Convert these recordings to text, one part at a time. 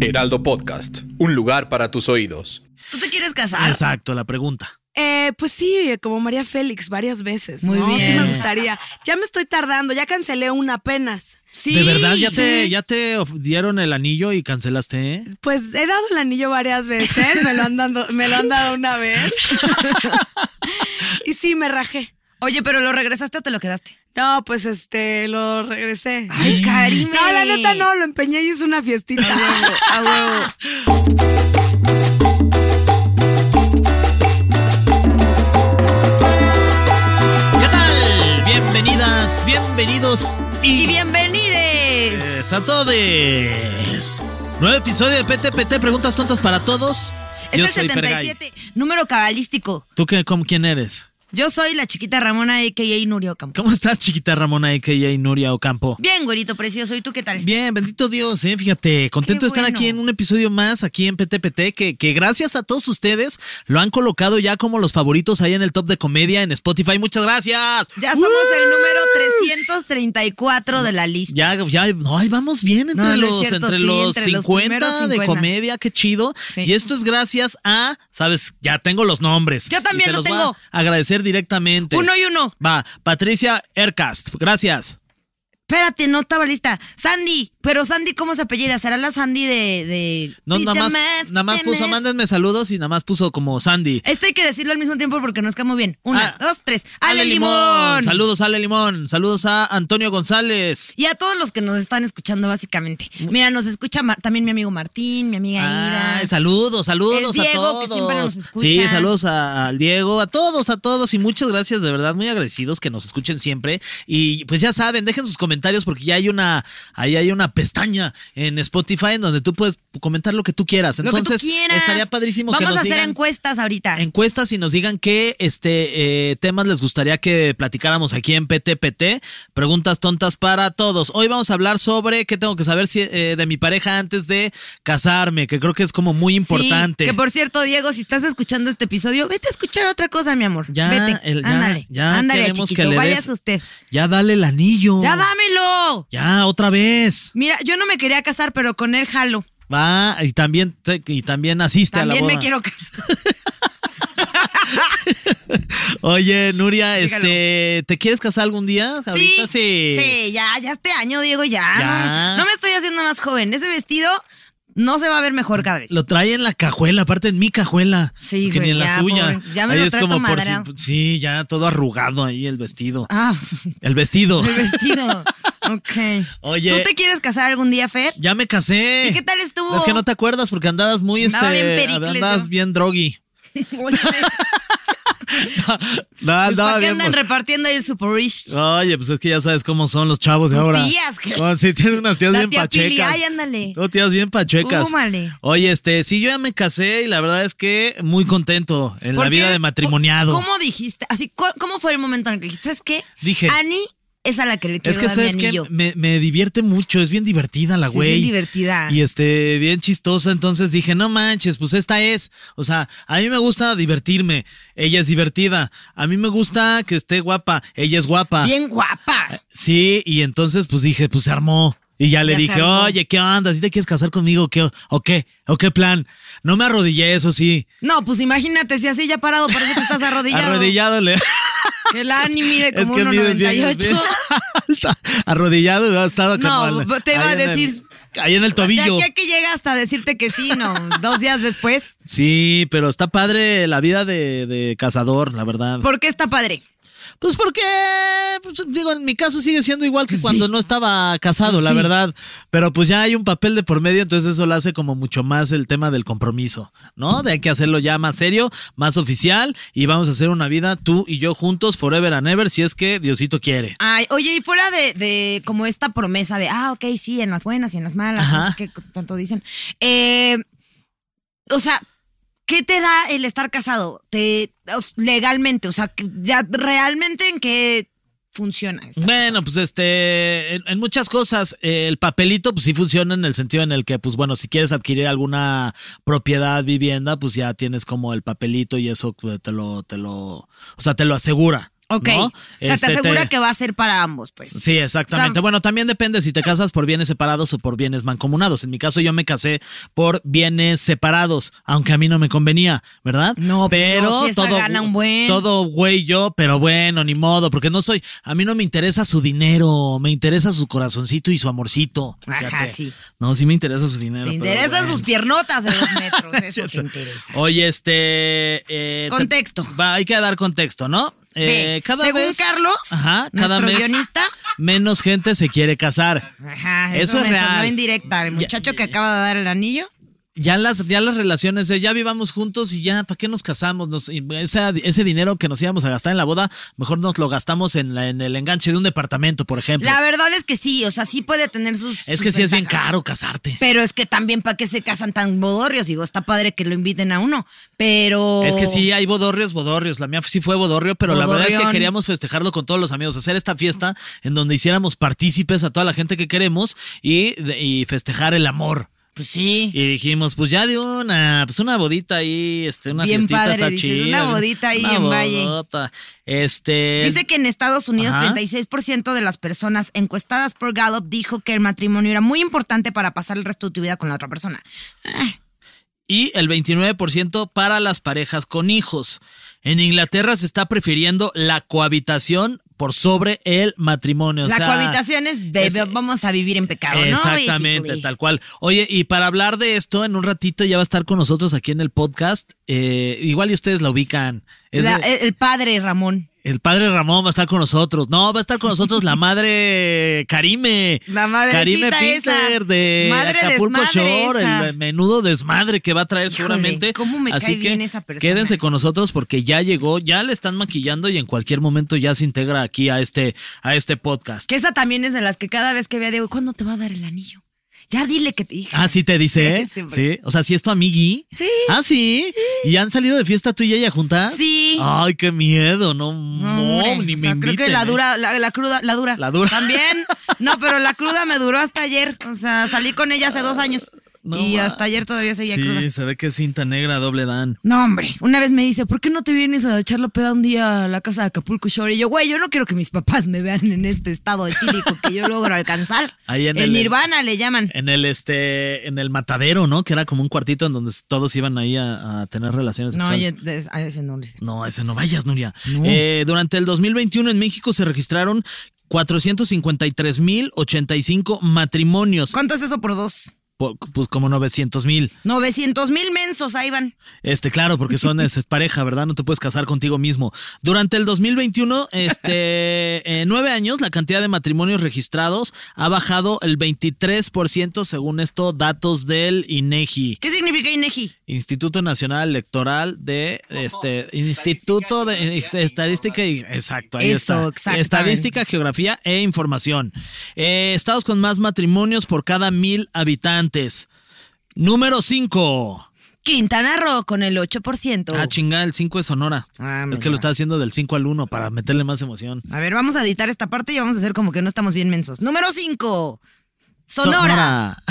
Heraldo Podcast, un lugar para tus oídos. ¿Tú te quieres casar? Exacto, la pregunta. Eh, pues sí, como María Félix, varias veces. Muy ¿no? Sí bien. me gustaría. Ya me estoy tardando, ya cancelé una apenas. Sí. ¿De verdad ya, te, sí. ya te of- dieron el anillo y cancelaste? eh? Pues he dado el anillo varias veces, me lo han, dando- me lo han dado una vez. y sí, me rajé. Oye, pero ¿lo regresaste o te lo quedaste? No, pues este, lo regresé. Ay, Karime. No, la neta no, lo empeñé y hice una fiestita. A huevo. ¿Qué tal? Bienvenidas, bienvenidos y, eh, Y bienvenides. bienvenidos a todos. Nuevo episodio de PTPT, preguntas tontas para todos. Es Yo el soy Fergay. 77, número cabalístico. ¿Tú qué, cómo- quién eres? Yo soy la chiquita Ramona, a.k.a. Nuria Ocampo. ¿Cómo estás, chiquita Ramona, a.k.a. Nuria Ocampo? Bien, güerito precioso. ¿Y tú qué tal? Bien, bendito Dios, eh, fíjate, contento de estar bueno. aquí en un episodio más, aquí en PTPT, que, que gracias a todos ustedes lo han colocado ya como los favoritos ahí en el top de comedia en Spotify. Muchas gracias. Ya somos el número 334 de la lista. Ya, ya, no, ahí vamos bien entre No, no es los, cierto, entre sí, los entre los 50 primeros de 50. comedia, qué chido. Sí. Y esto es gracias a, sabes, ya tengo los nombres. Yo también Y se los voy a tengo. agradecer directamente. Uno y uno. Va, Patricia Aircast, gracias. Espérate, no estaba lista. Sandy, pero Sandy, ¿cómo se apellida? ¿Será la Sandy de. de No, nada más, Peter Max, nada más Peter puso, Max? mándenme saludos y nada más puso como Sandy. Esto hay que decirlo al mismo tiempo porque nos muy bien. Una, Ah. dos, tres. ¡Ale, limón! Saludos, Ale Limón. Saludos a Antonio González. Y a todos los que nos están escuchando, básicamente. Mira, nos escucha Mar- también mi amigo Martín, mi amiga Ida. Ay, saludos, saludos El a Diego, todos. que siempre nos escucha. Sí, saludos a- al Diego, a todos, a todos y muchas gracias, de verdad, muy agradecidos que nos escuchen siempre y pues ya saben, dejen sus comentarios porque ya hay una ahí hay una pestaña en Spotify en donde tú puedes comentar lo que tú quieras. Lo que tú Entonces, quieras. estaría padrísimo que Vamos nos a hacer digan encuestas ahorita. encuestas y nos digan qué este eh, temas les gustaría que platicáramos aquí en PTPT. Preguntas tontas para todos. Hoy vamos a hablar sobre qué tengo que saber si- eh, de mi pareja antes de casarme, que creo que es como muy importante. Sí, que por cierto, Diego, si estás escuchando este episodio, vete a escuchar otra cosa, mi amor. Ya, vete. el- ya- ándale. ya ándale, queremos chiquito. que le Váyase des- usted. Ya dale el anillo. ¡Ya dámelo! Ya, otra vez. Mira, yo no me quería casar, pero con él jalo. Va, y también, te- y también asiste a la También boda. me quiero casar. Oye, Nuria, Dígalo. este, ¿te quieres casar algún día? Ahorita sí. Sí, ya, ya este año, Diego, ya. Ya. No, no me estoy haciendo más joven. Ese vestido no se va a ver mejor cada vez. Lo trae en la cajuela, aparte en mi cajuela. Sí, que ni güey, en la ya, suya. pobre, ya me lo trae tomadrado. sí, ya todo arrugado ahí el vestido. Ah, El vestido. el vestido. ok. Oye. ¿Tú te quieres casar algún día, Fer? Ya me casé. ¿Y qué tal estuvo? Es que no te acuerdas porque andabas muy Andaba este, bien pericles, andabas yo. bien droggy. Oye, No, ¿Para Pues, andaba qué bien. andan por- repartiendo ahí el Super Rich? Oye, pues es que ya sabes cómo son los chavos de Tus ahora. tías, que- Oh, sí, tienen unas tías La bien tía pachecas. Pili, ay, ándale. No, tías bien pachecas. Súmale. Oye, este, sí, yo ya me casé y la verdad es que muy contento en ¿Por la vida qué? de matrimoniado. ¿Cómo dijiste? Así, ¿cu- ¿cómo fue el momento en el que dijiste? ¿Sabes qué? Dije- Ani es a la que le quiero Es que dar mi sabes que anillo. me, me divierte mucho, es bien divertida la Sí, es güey. bien divertida. Y este, bien chistosa. Entonces dije, no manches, pues esta es. O sea, a mí me gusta divertirme. Ella es divertida. A mí me gusta que esté guapa. Ella es guapa. Bien guapa. Sí, y entonces pues dije, pues se armó. Y ya le Ya se dije, armó. oye, ¿qué onda? ¿Si te quieres casar conmigo? ¿Qué, o- ¿O qué? ¿O qué plan? No me arrodillé, eso sí. No, pues imagínate, si así ya parado, parece que estás arrodillado. Arrodillado le. Que el Ani mide Es como que mides bien, mides 1,98. bien alta. Arrodillado hubiera estado como No, al- te iba ahí a en el- decir- ahí en el tobillo. De aquí a que llega hasta decirte que sí, no, dos días después. Sí, pero está padre la vida de, de cazador, la verdad. Porque está padre. Pues porque, pues, digo, en mi caso sigue siendo igual que cuando no estaba casado, la verdad. Pero pues ya hay un papel de por medio, entonces eso lo hace como mucho más el tema del compromiso, ¿no? De hay que hacerlo ya más serio, más oficial y vamos a hacer una vida tú y yo juntos, forever and ever, si es que Diosito quiere. Ay, oye, y fuera de, de como esta promesa de, ah, ok, sí, en las buenas y en las malas, Ajá. no sé qué tanto dicen. Eh, o sea, ¿qué te da el estar casado? Te, os- legalmente, o sea, que ya realmente en qué funciona. esto? Bueno, pues este, en, en muchas cosas, eh, el papelito pues sí funciona en el sentido en el que, pues bueno, si quieres adquirir alguna propiedad, vivienda, pues ya tienes como el papelito y eso pues, te lo, te lo, o sea, te lo asegura. Ok. ¿no? O sea, Este, te asegura te- que va a ser para ambos, pues. Sí, exactamente. O sea- bueno, también depende si te casas por bienes separados o por bienes mancomunados. En mi caso yo me casé por bienes separados, aunque a mí no me convenía, ¿verdad? No, pues no, si esa gana un buen. todo güey yo, pero bueno, ni modo, porque no soy, a mí no me interesa su dinero, me interesa su corazoncito y su amorcito. Ajá, Fíjate. sí. No, sí me interesa su Te dinero. pero interesan bueno. Oh, sus piernotas de dos metros, eso te interesa. Oye, este. eh, te- Contexto. va, hay que dar contexto, ¿no? Eh, Ve, según Carlos, nuestro guionista. menos gente se quiere casar. Ajá, Eso eso, es me sonó real. en directa. El Ya- muchacho que acaba de dar el anillo. Ya las, ya las relaciones, de ya vivamos juntos y ya, ¿para qué nos casamos? Nos- y esa- ese dinero que nos íbamos a gastar en la boda, mejor nos lo gastamos en, la- en el enganche de un departamento, por ejemplo. La verdad es que sí, o sea, sí puede tener sus. es sus que sí es bien ventajas. caro casarte. Pero es que también, ¿para qué se casan tan bodorrios? Digo, está padre que lo inviten a uno, pero. Es que sí, hay bodorrios, bodorrios. La mía sí fue bodorrio, pero la verdad es Oh. que Bodorrión. queríamos festejarlo con todos los amigos, hacer esta fiesta en donde hiciéramos partícipes a toda la gente que queremos y, de- y festejar el amor. Pues sí. Y dijimos, pues ya de una, pues una bodita ahí, este, una Bien fiestita padre, está dices, chida. una bodita ahí una en Valle. bodota. Este. Dice que en Estados Unidos, Ajá. 36% de las personas encuestadas por Gallup dijo que el matrimonio era muy importante para pasar el resto de tu vida con la otra persona. y el 29% para las parejas con hijos. En Inglaterra se está prefiriendo la cohabitación por sobre el matrimonio. O la sea, cohabitación es, de- es- vamos a vivir en pecado, ¿no? Exactamente, Basically. tal cual. Oye, y para hablar de esto, en un ratito ya va a estar con nosotros aquí en el podcast. eh, igual y ustedes la ubican. Es La- eh, de- el, el padre Ramón. el padre Ramón va a estar con nosotros. No, va a estar con nosotros la madre Karime. La madrecita Karime Pinter esa. de Madre Acapulco desmadre Shore, esa. el menudo desmadre que va a traer Híjole, seguramente. cómo me Así cae que bien esa persona. quédense con nosotros porque ya llegó, ya le están maquillando y en cualquier momento ya se integra aquí a este, a este podcast. Que esa también es de las que cada vez que vea digo, ¿cuándo te va a dar el anillo? Ya dile que te dije. Ah, sí te dice, ¿eh? Sí, Sí. O sea, si es tu amigui. Sí. Ah, sí. ¿Y han salido de fiesta tú y ella juntas? Sí. Ay, qué miedo, no, no, Mm, Hombre, ni o me sea, creo inviten, que la ¿eh? dura, la, la cruda, la dura. La dura. También. No, pero la cruda me duró hasta ayer. O sea, salí con ella hace dos años. No y ma- hasta ayer todavía seguía sí, cruda. se ve que es cinta negra, doble dan. No, hombre. Una vez me dice, ¿por qué no te vienes a echar la peda un día a la casa de Acapulco Shore? Y yo, güey, yo no quiero que mis papás me vean en este estado etílico que yo logro alcanzar. Ahí en el, el- Eh, Nirvana le llaman. En el este, en el matadero, ¿no? Que era como un cuartito en donde todos iban ahí a, a tener relaciones No, yo, sexuales. des- a ese no le sé. No, ese no vayas, Nuria. Eh, durante el 2021 en México se registraron 453.085 matrimonios, ¿Cuánto es eso por dos? po- pues como 900.000. 900 mil mensos, ahí van. Este, claro, porque son es, es pareja, ¿verdad? No te puedes casar contigo mismo. Durante el 2021, este, en nueve años, la cantidad de matrimonios registrados ha bajado el 23%, según esto, datos del INEGI. ¿Qué significa INEGI? Instituto Nacional Electoral de este Instituto de eh, Estadística y exacto, ahí Eso, está. exactamente. Estadística, Geografía e Información. Eh, estados con más matrimonios por cada mil habitantes. Número 5. Quintana Roo con el 8%. Ah, chingada, el 5 es Sonora. Oh. Ah, es que lo mira. está haciendo del 5 al 1 para meterle más emoción. A ver, vamos a editar esta parte y vamos a hacer como que no estamos bien mensos. Número 5. Sonora.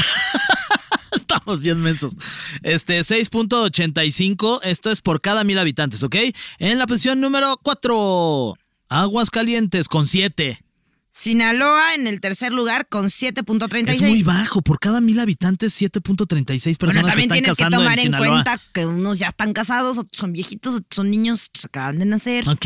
Estamos bien mensos. Este, 6.85, esto es por cada mil habitantes, ¿ok? En la posición número 4, Aguas Calientes con 7. Sinaloa en el tercer lugar con 7.36. Es muy bajo, por cada mil habitantes 7.36 personas Bueno, se también están tienes que casando tomar en, en Sinaloa. cuenta que unos ya están casados, otros son viejitos, otros son niños, otros acaban de nacer. Ok,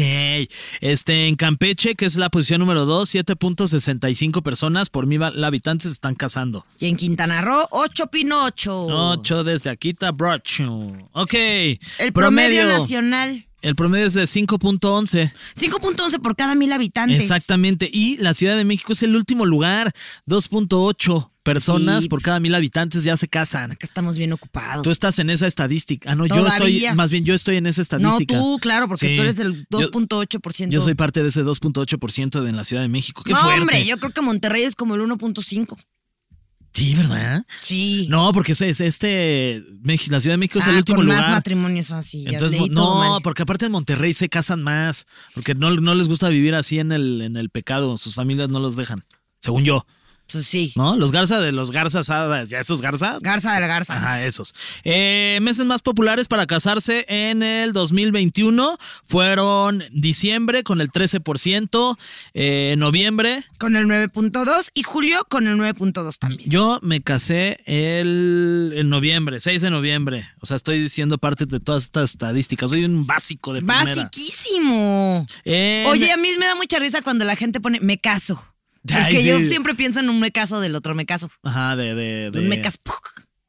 este en Campeche, que es la posición número 2, 7.65 personas por mil habitantes se están casando. Y en Quintana Roo, 8 Pinocho. 8 desde aquí, Brocho. Ok. El promedio, nacional. El promedio es de 5.11. 5.11 por cada mil habitantes. Exactamente. Y la Ciudad de México es el último lugar. 2.8 personas Sí. por cada mil habitantes ya se casan. Acá estamos bien ocupados. Tú estás en esa estadística. Ah, no, yo estoy, Todavía. más bien yo estoy en esa no, estadística. tú, claro, porque Sí. tú eres del Yo- 2.8%. Yo soy parte de ese 2.8% de en la Ciudad de México. ¡Qué No, fuerte! hombre, yo creo que Monterrey es como el 1.5. Sí, ¿verdad? Sí. No, porque es, es este. Mex- La Ciudad de México es Ah, el último con lugar. más matrimonios así. ya Entonces, leí no, todo mal. porque aparte en Monterrey se casan más. Porque no, no les gusta vivir así en el, en el pecado. Sus familias no los dejan. Según yo. Pues sí. ¿No? Los Garza de los Garzas. ah, Ya esos Garzas. Garza de la Garza. Ajá, esos. Eh, meses más populares para casarse en el 2021 fueron diciembre con el 13%, eh, noviembre. Con el 9.2 y Julio con el 9.2 también. Yo me casé el, en noviembre, 6 de noviembre. O sea, estoy siendo parte de todas estas estadísticas. Soy un básico de primera. Basiquísimo. En- Oye, a mí me da mucha risa cuando la gente pone me caso. Porque Ay, yo sí. siempre pienso en un me caso del otro me caso. Ajá, de... de, de- Un me caso.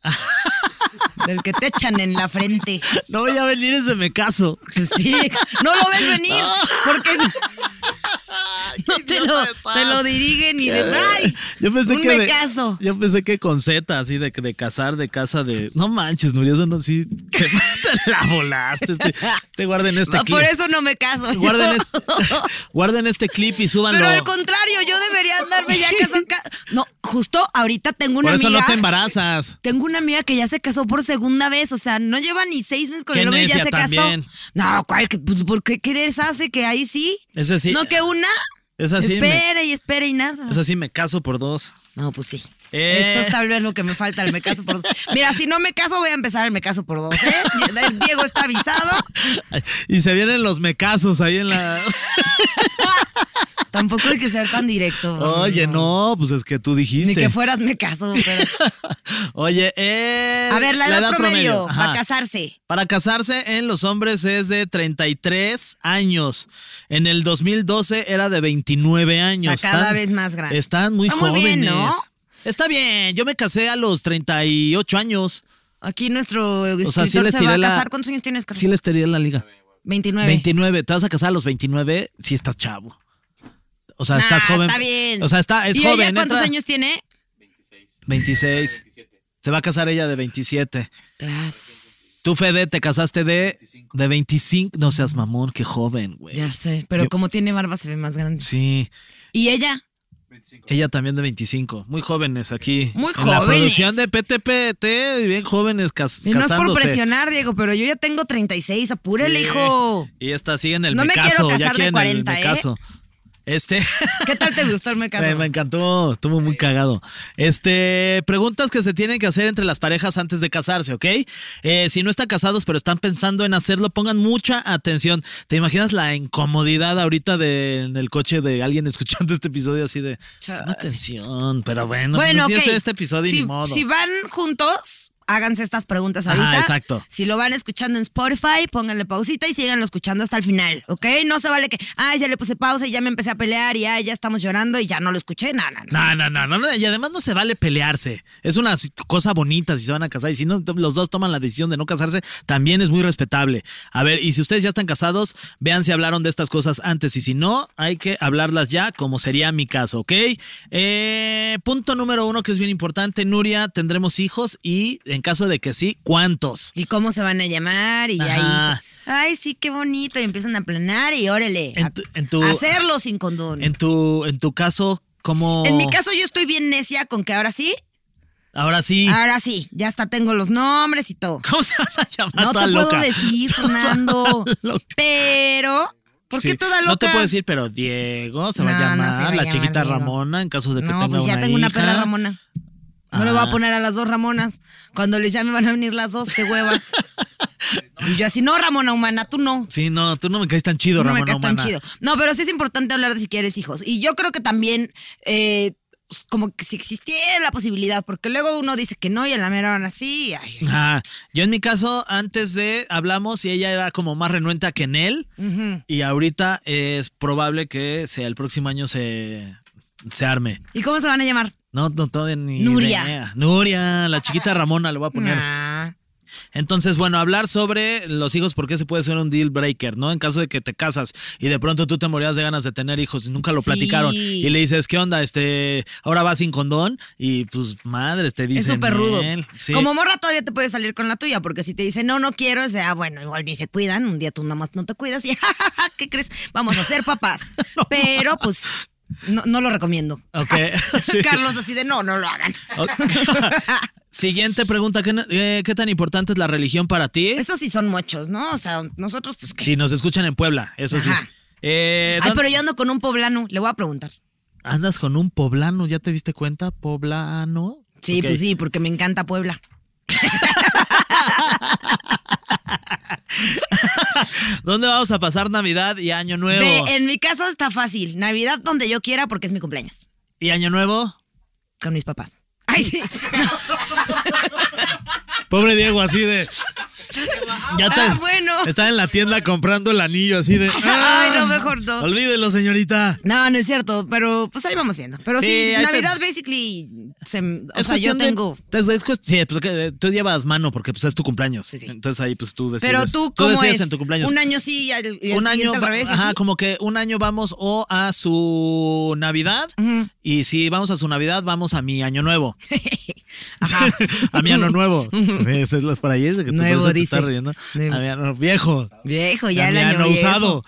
del que te echan en la frente. No voy a venir ese me caso. Pues sí, no lo ves venir. Porque no te lo, te lo dirigen y de ay. Yo pensé un que... me de- caso. Yo pensé que con Z, así de, de casar, de casa, de... No manches, Nuria, eso no, sí... Te, te la volaste. Te, te guarden este Ah, clip. Por eso no me caso. Guarden este, guarden este clip y súbanlo. Pero al contrario, yo debería andarme ya casando. No, justo ahorita tengo una Por eso amiga. no te embarazas. Tengo una amiga que ya se casó por segunda vez, o sea, no lleva ni seis meses con Qué el hombre y ya necia se también. casó. No, ¿cuál? Que- Pues, ¿Por qué quieres hace que ahí sí? Ese sí. No que una. Es así, me- Espere y espere y nada. Es así, me caso por dos. No, pues sí. Eh. Esto es tal vez lo que me falta, el me caso por dos. Mira, si no me caso, voy a empezar el me caso por dos. ¿eh? El Diego está avisado. Y se vienen los mecasos ahí en la. Tampoco hay que ser tan directo. Oye, no, pues es que tú Ni dijiste. que fueras me caso. pero- Oye, eh. A ver, la edad, promedio, Ajá. para casarse. Para casarse en los hombres es de 33 años. En el 2012 era de 29 años. O sea, cada vez más grande. Están muy Está muy jóvenes. bien, ¿no? Está bien, yo me casé a los 38 años. Aquí nuestro escritor sea, sí les se va a tiré la- casar. ¿Cuántos años tienes, Carlos? Sí les tiré en la liga. 29. 29, te vas a casar a los 29 si estás chavo. O sea, Nah, ah, estás joven. Está bien. O sea, está, es ¿Y joven. Ella ¿Cuántos entra- años tiene? 26. Se va a casar ella de 27. Tras. Tú, Fede, te casaste de, de 25. No seas mamón, qué joven, güey. Ya sé, pero Yo- como tiene barba se ve más grande. Sí, ¿Y ella? ella también de 25. Muy jóvenes aquí. Muy En la jóvenes. producción de PTPT, bien jóvenes cas- Y no es por casándose. presionar, Diego, pero yo ya tengo 36. Apúrele, Sí. hijo. Y esta sigue en el No me quiero mecaso. ya casar de quieren el 40, ¿eh? mecaso. Este. ¿Qué tal te gustó el Eh, mecaso? me encantó, estuvo muy cagado. Este, preguntas que se tienen que hacer entre las parejas antes de casarse, ¿ok? Eh, si no están casados pero están pensando en hacerlo, pongan mucha atención. ¿Te imaginas la incomodidad ahorita de, en el coche de alguien escuchando este episodio así de Chale. "Pon atención? Pero bueno, Bueno, pues así ok. es este episodio y si, ni modo. si van juntos, háganse estas preguntas Ajá, ahorita. exacto. Si lo van escuchando en Spotify, pónganle pausita y síganlo escuchando hasta el final, ¿ok? No se vale que, ay, ya le puse pausa y ya me empecé a pelear y ay, ya estamos llorando y ya no lo escuché. No, no, no. No, no, no, no, no, y además no se vale pelearse. Es una si- cosa bonita si se van a casar y si no, to- los dos toman la decisión de no casarse, también es muy respetable. A ver, y si ustedes ya están casados, vean si hablaron de estas cosas antes y si no, hay que hablarlas ya, como sería mi caso, ¿ok? Eh, punto número uno que es bien importante, Nuria, ¿tendremos hijos? Y en caso de que sí, ¿cuántos? ¿Y cómo se van a llamar? Y Ajá. ahí, se- ay, sí, qué bonito. Y empiezan a planear y órele. En a- tu- en tu- hacerlo sin condón. En tu, en tu caso, ¿cómo? En mi caso, yo estoy bien necia con que ahora sí, Ahora sí. ahora sí, ya hasta tengo los nombres y todo. ¿Cómo se van a llamar No te toda puedo loca? decir, Fernando. loca. pero. ¿Por qué Sí. toda loca? No te puedo decir, pero Diego se va No, a no llamar, se va a la llamar chiquita Diego. Ramona, en caso de que No, tenga pues ya tengo una hija. perra Ramona. No le voy a Ah. poner a las dos Ramonas. Cuando les llame van a venir las dos, qué hueva. y yo así, no, Ramona humana, tú no. Sí, no, tú no me caes tan chido, Tú no me Ramona. caes tan humana. chido. No, pero sí es importante hablar de si quieres hijos. Y yo creo que también, eh, pues, como que si existiera la posibilidad, porque luego uno dice que no y a la mera van así. ay, ay, Ajá. Yo en mi caso, antes de hablamos y ella era como más renuente que en él. Y ahorita es probable que sea el próximo año se, se arme. ¿Y cómo se van a llamar? No, no, todavía ni Nuria. idea. Nuria, la chiquita Ramona le voy a poner. Ah, Entonces, bueno, hablar sobre los hijos, porque se puede ser un deal breaker, ¿no? En caso de que te casas y de pronto tú te morías de ganas de tener hijos y nunca lo Sí. platicaron y le dices, ¿qué onda? Este, ahora vas sin condón y pues madres te dicen. Es súper rudo. "Nel". Sí. Como morra todavía te puedes salir con la tuya, porque si te dice no, no quiero, es de, ah, bueno, igual ni se cuidan, un día tú nada más no te cuidas y, jajaja, ¿qué crees? Vamos a ser papás. Pero pues no, no lo recomiendo. Ok, sí. Carlos así de, no, no lo hagan. Ok. Siguiente pregunta, ¿qué, eh, qué tan importante es la religión para ti? Esos sí son mochos, ¿no? O sea, nosotros pues ¿qué? Si nos escuchan en Puebla, eso sí. Ajá. Eh, Ay, ¿dónde- pero yo ando con un poblano, le voy a preguntar. Andas con un poblano, ¿ya te diste cuenta? ¿Poblano? Sí, Ok. pues sí, porque me encanta Puebla. ¿Dónde vamos a pasar Navidad y Año Nuevo? Ve, en mi caso está fácil. Navidad donde yo quiera porque es mi cumpleaños. ¿Y Año Nuevo? Con mis papás. Ay, sí. Pobre Diego, así de. Ya Ah, bueno. Está en la tienda comprando el anillo, así de. Ay, no, "Ah, mejor no". Olvídelo, señorita. No, no es cierto, pero pues ahí vamos viendo. Pero sí, Sí, ahí te- Navidad basically, se, o sea, yo cuestión de- tengo... es- es cuest- sí, pues, que, eh, tú llevas mano porque pues, es tu cumpleaños. sí. Entonces ahí pues tú decides. Pero tú, ¿cómo decides es? en tu cumpleaños. Un año sí y al- y el un año, siguiente al va- revés. ajá, así. como que un año vamos o a su Navidad y si vamos a su Navidad vamos a mi Año Nuevo, Ajá. a mi Año Nuevo. Sí, ese es lo- para ahí es que tú- por Nuevo, eso te dice. estás riendo. Nuevo. A mi año viejo, Viejo, a ya el mi año año viejo. usado.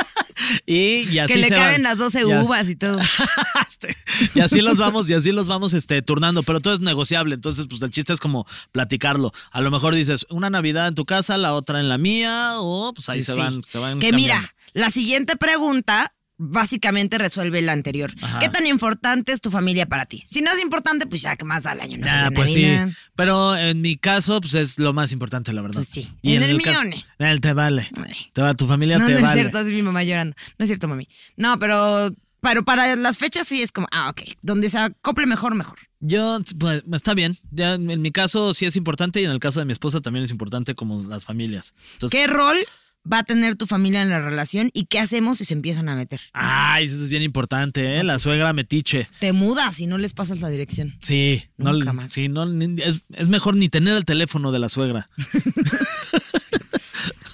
y, y así Que le se caben va. las 12 Y así- uvas y todo. Este, y así los vamos, y así los vamos este, turnando, pero todo es negociable, entonces pues el chiste es como platicarlo. A lo mejor dices, una Navidad en tu casa, la otra en la mía, o pues ahí se, Sí. van, se van Que cambiando. mira, la siguiente pregunta básicamente resuelve la anterior. ¿Qué tan importante es tu familia para ti? Si no es importante, pues ya que más da el año. ¿no? Ah, Na, pues na, sí. na. Pero en mi caso, pues es lo más importante, la verdad. Pues sí. Y En en, el el mío, caso- ne. en el te vale. Ay. Te va, tu familia No, te no vale. es cierto, es mi mamá llorando. No es cierto, mami. No, pero, pero para las fechas sí es como, ah, ok, donde se acople mejor, mejor. Yo, pues, está bien. Ya en en mi caso sí es importante y en el caso de mi esposa también es importante como las familias. Entonces, ¿Qué rol va a tener tu familia en la relación y qué hacemos si se empiezan a meter? Ay, eso es bien importante, ¿eh? pues La suegra metiche. Te mudas y no les pasas la dirección. Sí, no, Nunca más. sí, no, ni- es, es mejor ni tener el teléfono de la suegra.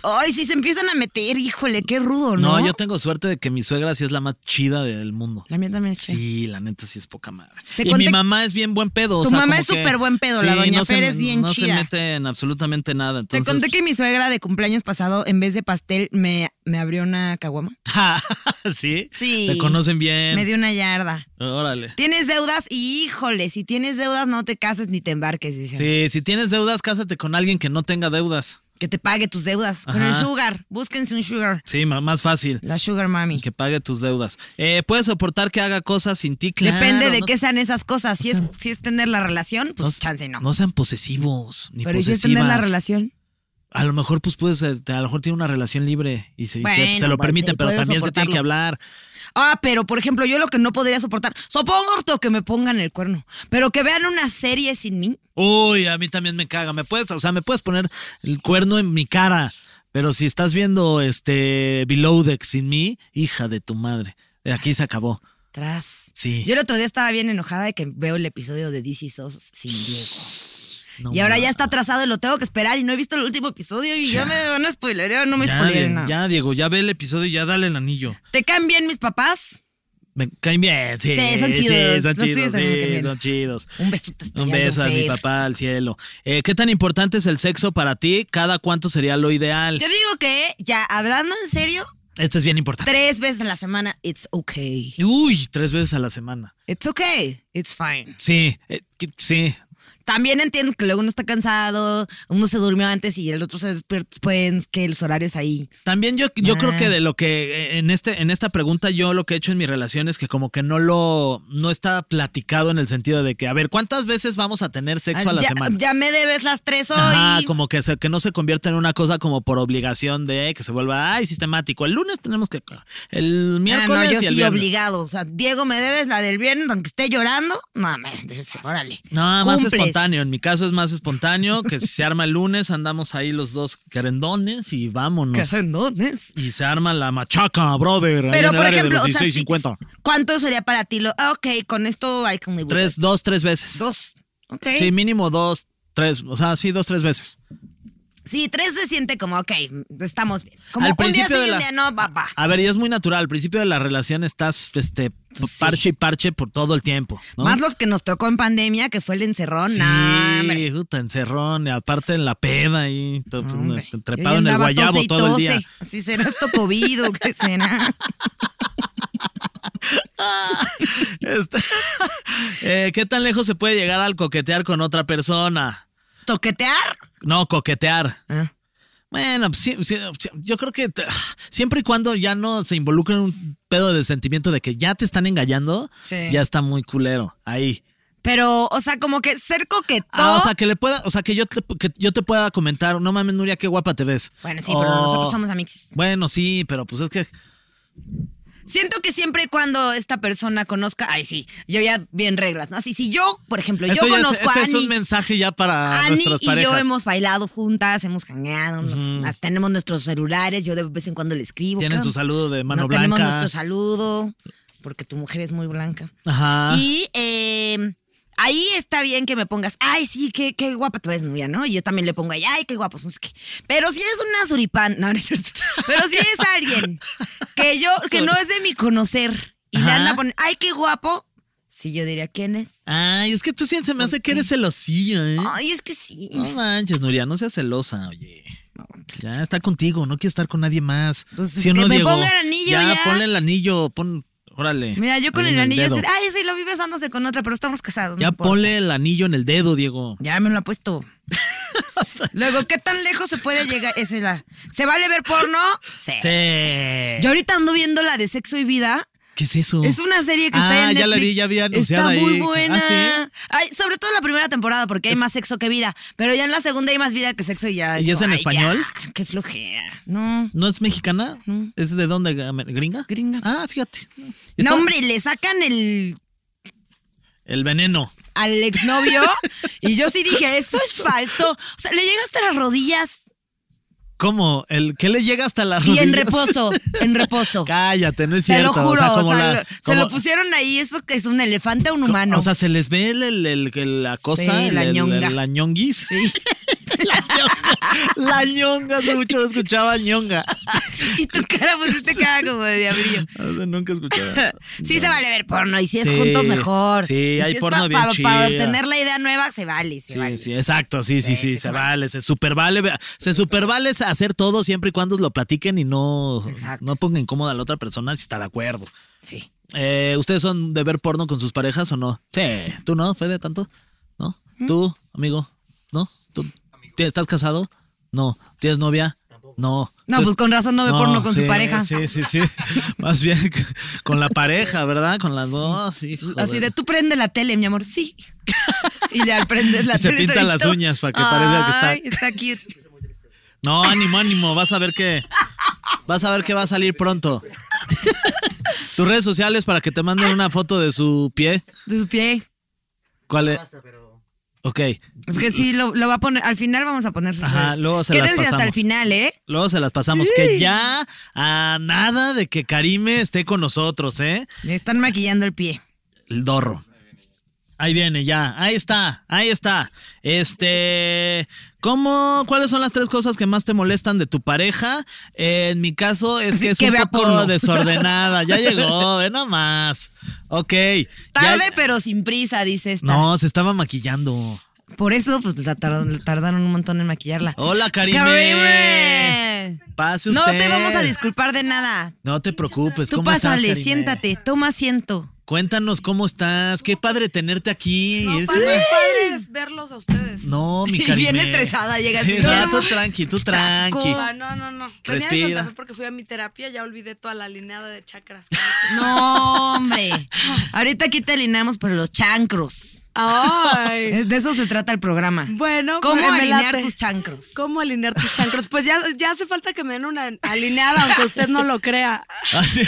Ay, si se empiezan a meter, híjole, qué rudo, ¿no? No, yo tengo suerte de que mi suegra sí es la más chida del mundo. La mía también es Sí, fea. la neta sí es poca madre. Te Y conté mi que- mamá es bien buen pedo. o Tu sea, mamá como es que- súper buen pedo, la doña no se- Pérez bien no chida. se mete en absolutamente nada. Te Entonces, conté pues, que mi suegra de cumpleaños pasado, en vez de pastel, me, me abrió una caguama. ja, ¿Sí? Sí. Te conocen bien. Me dio una yarda. Órale. Tienes deudas, y híjole, si tienes deudas, no te cases ni te embarques, dicen. Sí, si tienes deudas, cásate con alguien que no tenga deudas. Que te pague tus deudas. Con Ajá. el sugar. Búsquense un sugar. Sí, ma- más fácil. La sugar mami. Que pague tus deudas. Eh, ¿Puedes soportar que haga cosas sin ti? Claro, Depende de no qué se- sean esas cosas. Si, o sea, es, si es tener la relación, pues chance no. No sean posesivos ni Pero ¿y si es posesivas. tener la relación. A lo mejor, pues, puedes, este, a lo mejor tiene una relación libre y se, y se- Bueno, se lo pues, permite, sí, pero puedes también se tiene soportarlo. que hablar. Ah, pero por ejemplo, yo lo que no podría soportar, soporto que me pongan el cuerno, pero que vean una serie sin mí. Uy, a mí también me caga. Me puedes, o sea, me puedes poner el cuerno en mi cara. Pero si estás viendo este Below Deck sin mí, hija de tu madre. Aquí se acabó. Tras. Sí. Yo el otro día estaba bien enojada de que veo el episodio de DC Sos sin Diego. No y ahora mames. ya está atrasado y lo tengo que esperar y no he visto el último episodio y yo me no spoilereo, no me Ya, spoilereo Diego, nada. ya, Diego, ya ve el episodio y ya dale el anillo. ¿Te caen bien mis papás? Me caen bien, sí. Sí, son chidos. son Los tuyos chidos, también me sí, caen bien. son chidos. Un besito. hasta Un allá, beso a mi Fer. papá al cielo. Eh, ¿Qué tan importante es el sexo para ti? ¿Cada cuánto sería lo ideal? Yo digo que ya hablando en serio, Esto es bien importante. tres veces a la semana it's okay. Uy, tres veces a la semana. It's okay. It's fine. Sí, eh, que- sí. También entiendo que luego uno está cansado, uno se durmió antes y el otro se despierta después, que los horarios ahí. También yo, yo Ah. creo que de lo que eh, en este en esta pregunta yo lo que he hecho en mi relación es que como que no lo no está platicado en el sentido de que a ver cuántas veces vamos a tener sexo a la ya, semana. ya me debes las tres hoy. Ajá, como que, se- que no se convierta en una cosa como por obligación de que se vuelva ay sistemático. El lunes tenemos que el Ah, miércoles no, yo y el sí viernes. obligado. O sea, Diego, me debes la del viernes, aunque esté llorando. No, me órale. No, más Cumples. espontáneo. En mi caso es más espontáneo, que si se arma el lunes, andamos ahí los dos carendones y vámonos. Casendones. Y se arma la machaca, brother. ahí Pero en el por área de ejemplo, los o sea, si- 16.50. ¿cuánto sería para ti? Lo, ah, ok, con esto hay can live with Tres, dos, tres it. veces. Dos. Ok. Sí, mínimo dos, Tres, o sea, sí, dos, tres veces. Sí, tres se siente como, ok, estamos bien. Como Al un día sí principio y de un la- Ah, día no, papá. A ver, y es muy natural. Al principio de la relación estás este, parche y parche por todo el tiempo. ¿no? Más los que nos tocó en pandemia, que fue el encerrón. Sí, nah, hombre. puta, encerrón, y aparte en la peda y to- Hombre, trepado yo en el andaba guayabo tose y todo el día. tose. Así será esto COVID o qué será. Este- Eh, ¿Qué tan lejos se puede llegar al coquetear con otra persona? ¿Toquetear? No, coquetear. Ah. Bueno, pues, sí, sí, sí, yo creo que te- siempre y cuando ya no se involucra en un pedo de sentimiento de que ya te están engallando, Sí. ya está muy culero ahí. Pero, o sea, como que ser coquetón. Ah, o sea, que le pueda, o sea, que yo te, que yo te pueda comentar, no mames, Nuria, qué guapa te ves. Bueno, sí, pero O- nosotros somos amigos. Bueno, sí, pero pues es que Siento que siempre y cuando esta persona conozca, ay sí, yo ya bien reglas, ¿no? Así si yo, por ejemplo, esto yo ya es- conozco este a es un Ani, mensaje ya para Ani nuestras y parejas. yo hemos bailado juntas, hemos jangueado, nos- ah, tenemos nuestros celulares, yo de vez en cuando le escribo. Tienen ¿qué su onda? saludo de mano no blanca. Tenemos nuestro saludo, porque tu mujer es muy blanca. Ajá. Y eh, ahí está bien que me pongas, ay, sí, qué, qué guapa te ves, Nuria, ¿no? Y yo también le pongo ahí, ay, qué guapos, no sé qué. Pero si es una suripán, no, no es cierto. Pero si es alguien que yo, que no es de mi conocer y le Ajá. anda poniendo, ay, qué guapo, sí, yo diría, ¿quién es? Ay, es que tú sí se me hace que eres celosilla, ¿eh? Ay, es que sí. No manches, Nuria, no seas celosa, oye. Ya está contigo, no quiero estar con nadie más. Pues ¿Sí es o que no, me Diego? ponga el anillo Ya, ya. ponle el anillo, pon, órale. Mira, yo con ahí el en anillo, dedo. así, ay, sí, lo vi besándose con otra, pero estamos casados. no ya importa". ponle el anillo en el dedo, Diego. Ya me lo ha puesto. Luego, ¿qué tan lejos se puede llegar? Esa es la- ¿Se vale ver porno? Sí. Sí. Eh. Yo ahorita ando viendo la de Sexo y Vida. ¿Qué es eso? Es una serie que Ah, está en Netflix. ya la vi, ya vi anunciada Está muy ahí. buena. Ah, Ay, sobre todo la primera temporada, porque hay más sexo que vida. Pero ya en la segunda hay más vida que sexo y ya. ¿Y es como, en ay, español? ya, qué flojera. No. ¿No es mexicana? ¿Es de dónde? ¿Gringa? Gringa. Ah, fíjate. No, Está- hombre, le sacan el El veneno. al exnovio. y yo sí dije, eso es falso. O sea, le llega hasta las rodillas. ¿Cómo? ¿El qué le llega hasta la Y en reposo, en reposo. Cállate, no es Te cierto. lo juro, o sea, como o sea, la- lo- se como- lo pusieron ahí, eso que es un elefante a un humano. O sea, se les ve el, el- el- el- la cosa. Sí, la el- el- ñonga. La ñonguis. la ñonga. La ñonga, hace mucho no escuchaba ñonga. y tu cara pues, pusiste cara como de diablillo. Hace nunca escuchaba. Sí se vale ver porno y si es Sí, juntos mejor. sí, Y si hay es porno bien para, para chida. obtener la idea nueva se vale, se Sí, vale. sí, exacto, sí, sí, Sí, sí, sí se se vale, se supervale, vea, se supervale hacer todo siempre y cuando lo platiquen y no, Exacto. no pongan incómoda a la otra persona si está de acuerdo. Sí. Eh, ¿Ustedes son de ver porno con sus parejas o no? Sí. ¿Tú no, Fede, tanto? ¿No? ¿Mm? ¿Tú, amigo? ¿No? ¿Tú ti- estás casado? No. ¿Tienes novia? No. No, pues con razón no ve porno con su sí, pareja. Sí, sí, sí. Más bien con la pareja, ¿verdad? Con las dos. hijo Así de tú prende la tele, mi amor. Sí. y ya prendes la Y se tele. pinta y las tú- uñas para que parezca que Ay, está cute. No, ánimo, ánimo. Vas a ver que. Vas a ver que va a salir pronto. Tus redes sociales para que te manden una foto de su pie. De su pie. ¿Cuál es? Ok. Porque sí, lo, lo va a poner. Al final vamos a poner sus Ajá, redes. luego se las Quédense hasta el pasamos. final, ¿eh? Luego se las pasamos. Que ya a nada de que Karime esté con nosotros, ¿eh? Me están maquillando el pie. El dorro. Ahí viene, ya. Ahí está, ahí está. Este, ¿cómo, cuáles son las tres cosas que más te molestan de tu pareja? Eh, en mi caso es que es que un vea poco porno. desordenada. Ya llegó, ve nomás. Ok. ya- Tarde, pero sin prisa, dice esta. No, se estaba maquillando. Por eso, pues la tardaron, tardaron un montón en maquillarla. Hola, Oh, Karime. Pase No usted. te vamos a disculpar de nada. No te preocupes. Tú ¿cómo estás, pásale, Karime? siéntate, toma asiento. Cuéntanos cómo estás. Qué padre tenerte aquí. Eres Padre, una- padre es verlos a ustedes. No, mi Bien Karime. estresada, llega Sí, así. no, tú tranqui, tú tranqui. Ah, no, no, no. Venía de Respira. Santa Fe porque fui a mi terapia, ya olvidé toda la alineada de chakras. No, hombre. Ahorita aquí te alineamos por los chancros. Eh, Ay. De eso se trata el programa. Bueno, ¿cómo me alinear late. tus chancros? ¿Cómo alinear tus chancros? Pues ya, ya hace falta que me den una alineada, aunque usted no lo crea. Ah, sí.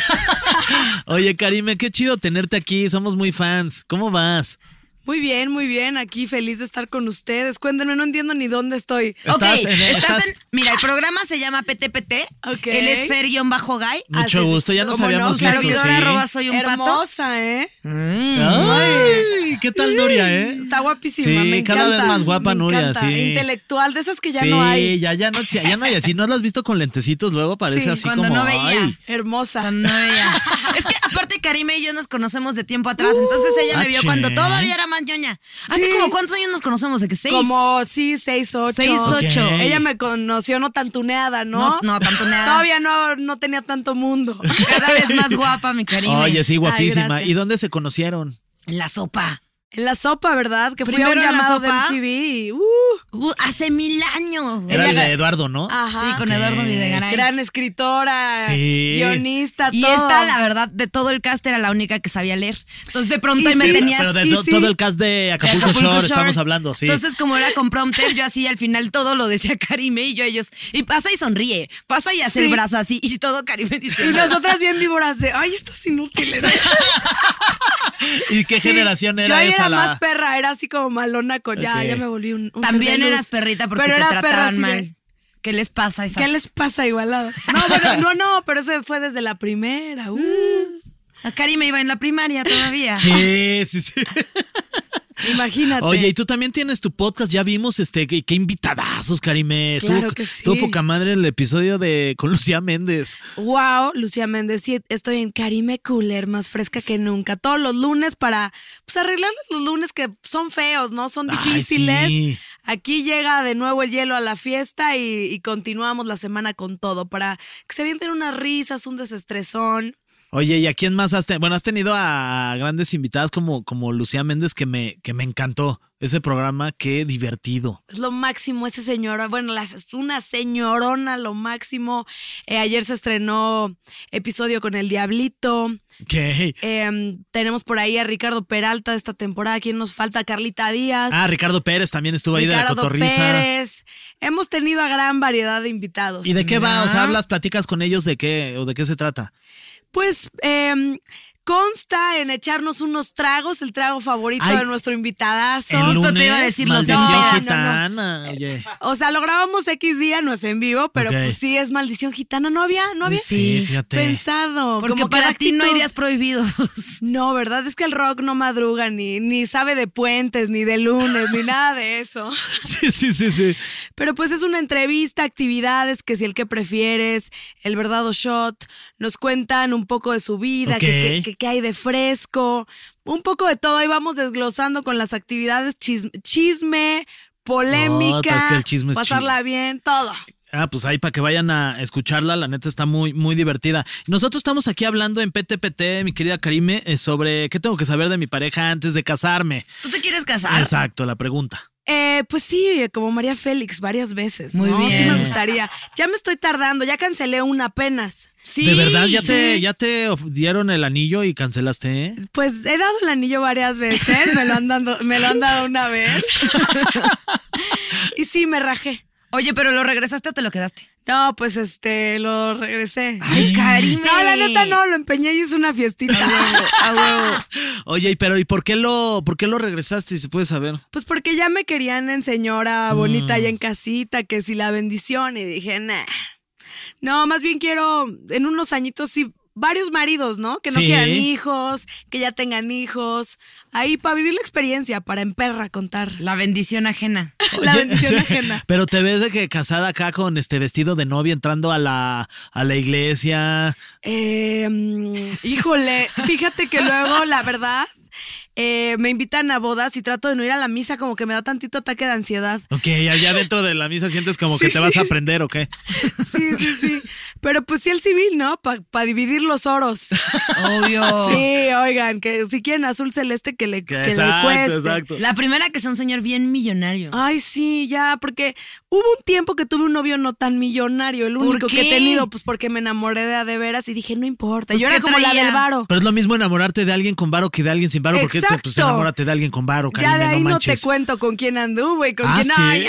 Oye, Karime, qué chido tenerte aquí. Somos muy fans. ¿Cómo vas? Muy bien, muy bien. Aquí feliz de estar con ustedes. Cuéntenme, no entiendo ni dónde estoy. Estás ok, en- estás estás- en- Mira, el programa se llama PTPT. Ok. Él es Fer-Gay. Ah, sí, Mucho sí. gusto. Ya no ¿Cómo sabíamos no? que eso. Servidora sí. arroba soy un pato. Hermosa, ¿eh? Ay. Ay, ¿qué tal Nuria, eh? Está guapísima, Sí, me cada encanta, vez más guapa me Nuria, encanta. sí. Intelectual, de esas que ya sí, no hay. ya, ya no, sí, ya no hay así. ¿No las has visto con lentecitos? Luego parece Sí, así cuando como. no veía. ay, Hermosa. No, ella. Es que aparte Karime y yo nos conocemos de tiempo atrás, entonces ella me ah, vio che. cuando todavía era más ñoña. ¿Hace Sí. como cuántos años nos conocemos? ¿De que seis? Como, sí, seis, ocho. Seis, ocho. Ok. Ella me conoció no tantuneada, ¿no? No, no tantuneada. Todavía no, no tenía tanto mundo. Cada vez más guapa, mi Karime. Oye, sí, guapísima. gracias. ¿Y dónde se conocieron? En la sopa. En la sopa, ¿verdad? Que fui a un Primero en la llamado de sopa. MTV. y, uh, Uh, hace mil años. Era el Ella- de Eduardo, ¿no? ajá. Sí, con Eduardo Videgaray. Eh, Gran escritora, Sí. guionista, y todo. esta, la verdad, de todo el cast era la única que sabía leer. Entonces, de pronto Y ahí me sí, tenías. Pero de y to- sí. todo el cast de de Acapulco, Acapulco Shore, Shore. estamos hablando, sí. Entonces, como era con prompter, yo así al final todo lo decía Karime y yo ellos. Y pasa y sonríe, pasa y hace el Sí. brazo así y todo Karime dice. Y nosotras bien víboras de, ay, estas inútiles. ¿Y qué generación Yo era ahí esa? era la- más perra, era así como malona con ya, Ok. ya me volví un, un ser También de luz. eras perrita porque Pero te era perra trataban así de, mal. ¿Qué les pasa a esas? ¿Qué les pasa igualada? No, bueno, no, no, pero eso fue desde la primera. uh. A Karime iba en la primaria todavía. Sí, sí, sí. imagínate. Oye, y tú también tienes tu podcast, ya vimos este qué, qué invitadazos, Karime. Estuvo, Claro que sí. estuvo poca madre el episodio de con Lucía Méndez. Wow, Lucía Méndez, sí, estoy en Karime Cooler, más fresca que nunca. Todos los lunes para pues, arreglar los lunes que son feos, ¿no? Son Ay, difíciles. sí. Aquí llega de nuevo el hielo a la fiesta y, y continuamos la semana con todo para que se vienten unas risas, un desestresón. Oye, ¿y a quién más has tenido? Bueno, has tenido a grandes invitadas como, como Lucía Méndez, que me, que me encantó ese programa, qué divertido. Es lo máximo ese señor, bueno, las- es una señorona, lo máximo. Eh, ayer se estrenó episodio con El Diablito. ¿Qué? Eh, tenemos por ahí a Ricardo Peralta de esta temporada. ¿Quién nos falta? Carlita Díaz. Ah, Ricardo Pérez también estuvo ahí de la Pues Ricardo cotorriza. Pérez. Hemos tenido a gran variedad de invitados. ¿Y de qué va? O sea, Ah. hablas, platicas con ellos de qué o de qué se trata. Pues eh, consta en echarnos unos tragos, el trago favorito Ay, de nuestro invitadazo. el justo lunes, te iba a decir los maldición días. No, no, no. gitana. Oye. O sea, lo grabamos X día, no es en vivo, pero Ok. pues sí es maldición gitana. No había, no había Sí, fíjate. pensado. Porque como que para la ti no hay actitud- días prohibidos. No, ¿verdad? Es que el rock no madruga ni, ni sabe de puentes, ni de lunes, ni nada de eso. Sí, sí, sí, sí. Pero pues es una entrevista, actividades, que si el que prefieres, el verdad o shot, nos cuentan un poco de su vida, Ok. que- que- que- que hay de fresco, un poco de todo. Ahí vamos desglosando con las actividades, chisme, chisme Nota, polémica, que el chisme es pasarla bien, todo. Ah, pues ahí para que vayan a escucharla, la neta está muy, muy divertida. Nosotros estamos aquí hablando en PTPT, mi querida Karime, eh, sobre qué tengo que saber de mi pareja antes de casarme. ¿Tú te quieres casar? Exacto, la pregunta. Eh, pues sí, como María Félix, varias veces. Muy ¿no? Sí bien. me gustaría. Ya me estoy tardando, ya cancelé una apenas. Sí. ¿De verdad ya te, sí. ya te of- dieron el anillo y cancelaste? eh? Pues he dado el anillo varias veces, me lo han, dando- me lo han dado una vez. y sí, me rajé. Oye, pero ¿lo regresaste o te lo quedaste? No, pues este, lo regresé. Ay, Karime. No, la neta no, lo empeñé y es una fiestita. Oye, y pero ¿y por qué lo, por qué lo regresaste? Si se puede saber. Pues porque ya me querían en señora Mm. bonita y en casita, que si la bendición, y dije, nah. No, más bien quiero en unos añitos, sí, varios maridos, ¿no? Que no Sí. quieran hijos, que ya tengan hijos. Ahí para vivir la experiencia, para emperra contar. La bendición ajena. La Oye, bendición ajena. Pero te ves de que casada acá con este vestido de novia entrando a la, a la iglesia. Eh, mm, híjole, fíjate que luego, la verdad, eh, me invitan a bodas y trato de no ir a la misa, como que me da tantito ataque de ansiedad. Ok, allá dentro de la misa sientes como que Sí, te vas sí. a aprender o qué. Sí, sí, sí. Pero pues sí, el civil, ¿no? Para dividir los oros. Obvio. Sí, oigan, que si quieren azul celeste, que le, que le cueste. La primera que es un señor bien millonario. Ay, sí, ya, porque hubo un tiempo que tuve un novio no tan millonario, el ¿Por único que qué? he tenido, pues porque me enamoré de a de veras y dije, no importa. Pues, Yo era ¿qué como la traía? del varo. Pero es lo mismo enamorarte de alguien con varo que de alguien sin varo, porque este, pues Exacto. enamórate de alguien con varo, ya Karime, de ahí no no, manches. te cuento con quién anduve y con Ah, quién. ¿sí? Ay,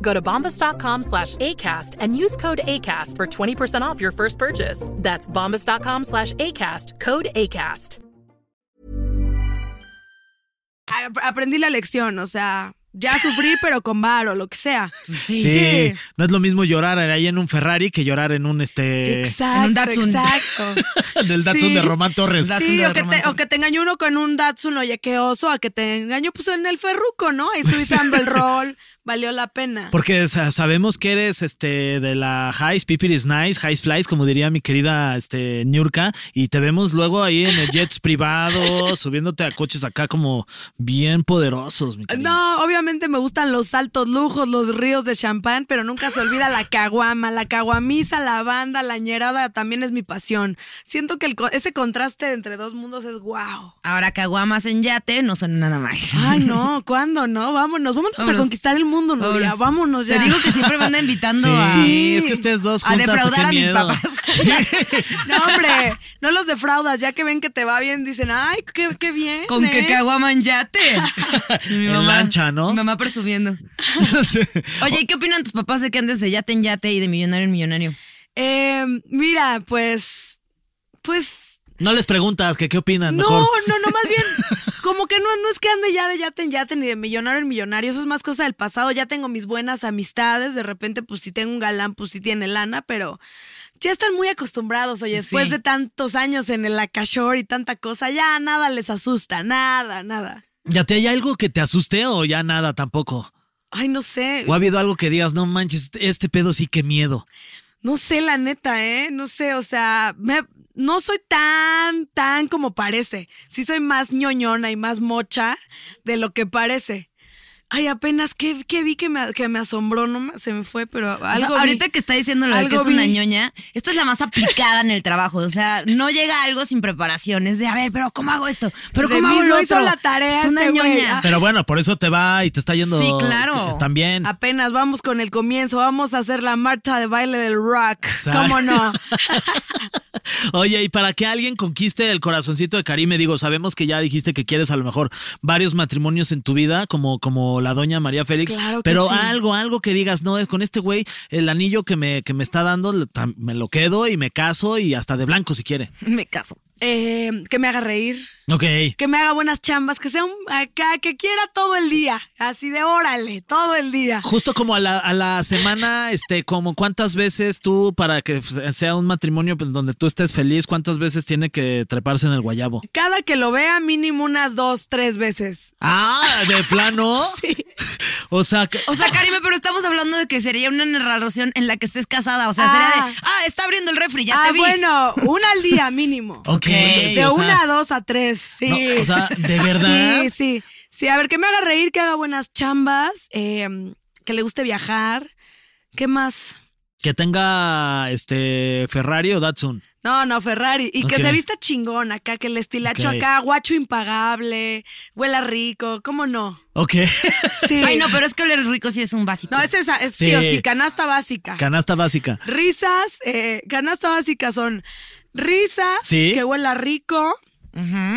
Go to bombas.com slash ACAST and use code ACAST for 20% off your first purchase. That's bombas.com slash ACAST, code ACAST. A- Aprendí la lección, o sea, ya sufrí, pero con varo, lo que sea. Sí. No es lo mismo llorar ahí en un Ferrari que llorar en un este. Exacto, En un Datsun. exacto. Del Datsun Sí. de Román Torres. Sí, o que, te, o que te engañó uno con un Datsun, oye, qué oso, a que te engañó pues en el ferruco, ¿no? Ahí estuviste dando el rol, valió la pena. Porque sa- sabemos que eres este de la Highs, Piper is nice, Highs flies, como diría mi querida este Niurka, y te vemos luego ahí en el jets privados, subiéndote a coches acá como bien poderosos, mi querida. No, obviamente me gustan los altos lujos, los ríos de champán, pero nunca se olvida la caguama, la caguamisa, la banda, la ñerada, también es mi pasión. Siento que el co- ese contraste entre dos mundos es wow. Ahora caguamas en yate no son nada mal. Ay, no, ¿cuándo? No, vámonos, vámonos, a Vámonos. conquistar el mundo, Nuria, Vámonos. vámonos ya. Te digo que siempre me anda invitando a. Sí, es que ustedes dos A juntas, defraudar qué a mis miedo. papás. No, hombre, no los defraudas, ya que ven que te va bien, dicen, ay, qué, qué bien. Con ¿eh?". que caguama en yate. Y mi En lancha, Mi ¿no? mamá presumiendo. Sí. Oye, ¿y qué opinan tus papás de que andes de yate en yate y de millonario en millonario? Eh, mira, pues, pues No les preguntas que qué opinan, No, mejor. no, no, más bien, como que no, no es que ande ya de yate en yate ni de millonario en millonario, eso es más cosa del pasado, ya tengo mis buenas amistades, de repente pues si tengo un galán, pues si tiene lana, pero ya están muy acostumbrados, oye, después Sí. de tantos años en el acashore y tanta cosa, ya nada les asusta, nada, nada. ¿Ya te hay algo que te asuste o ya nada tampoco? Ay, no sé, ¿O ha habido algo que digas, no manches, este pedo sí que miedo? no sé la neta, ¿eh? No sé, o sea, me- no soy tan, tan como parece, sí soy más ñoñona y más mocha de lo que parece. Ay, apenas que, que vi que me, que me asombró, no me- se me fue, pero algo. O sea, ahorita vi. que está diciendo lo de que Algo es una vi. ñoña, esta es la más aplicada en el trabajo. O sea, no llega algo sin preparación. Es de, a ver, pero ¿cómo hago esto? ¿Pero De cómo hago mí lo no hizo otro? la tarea Es una este güey. ñoña. Ah. Pero bueno, por eso te va y te está yendo Sí, claro. que- también. Apenas vamos con el comienzo, vamos a hacer la marcha de baile del rock. Exacto. ¿Cómo no? Oye, y para que alguien conquiste el corazoncito de Karime, digo, sabemos que ya dijiste que quieres a lo mejor varios matrimonios en tu vida, como, como la doña María Félix, Claro que pero sí. algo, algo que digas, no, es con este güey, el anillo que me, que me está dando, le- tam- me lo quedo y me caso y hasta de blanco si quiere. Me caso. Eh, que me haga reír, Ok. que me haga buenas chambas, que sea un acá, que quiera todo el día. Así de órale, todo el día. Justo como a la, a la semana, este, como cuántas veces tú, para que f- sea un matrimonio donde tú estés feliz, cuántas veces tiene que treparse en el guayabo. Cada que lo vea, mínimo unas dos, tres veces. Ah, de plano. O sea, que- O sea, Karime, pero estamos hablando de que sería una narración en la que estés casada. O sea, sería de, ah, está abriendo el refri, ya ah, te vi. bueno, una al día mínimo. Ok, De o sea- una a dos a tres, sí. No, o sea, ¿de verdad? Sí, sí. Sí, a ver, que me haga reír, que haga buenas chambas, eh, que le guste viajar. ¿Qué más? Que tenga este Ferrari o Datsun. No, no, Ferrari. Y Ok. que se vista chingón acá, que el estilacho Ok. acá, guacho impagable, huela rico, ¿cómo no? Ok. Sí. Ay, no, pero es que el rico sí es un básico. No, es esa, es sí. o Sí. sí, canasta básica. Canasta básica. risas, eh, canasta básica son risas, Sí. que huela rico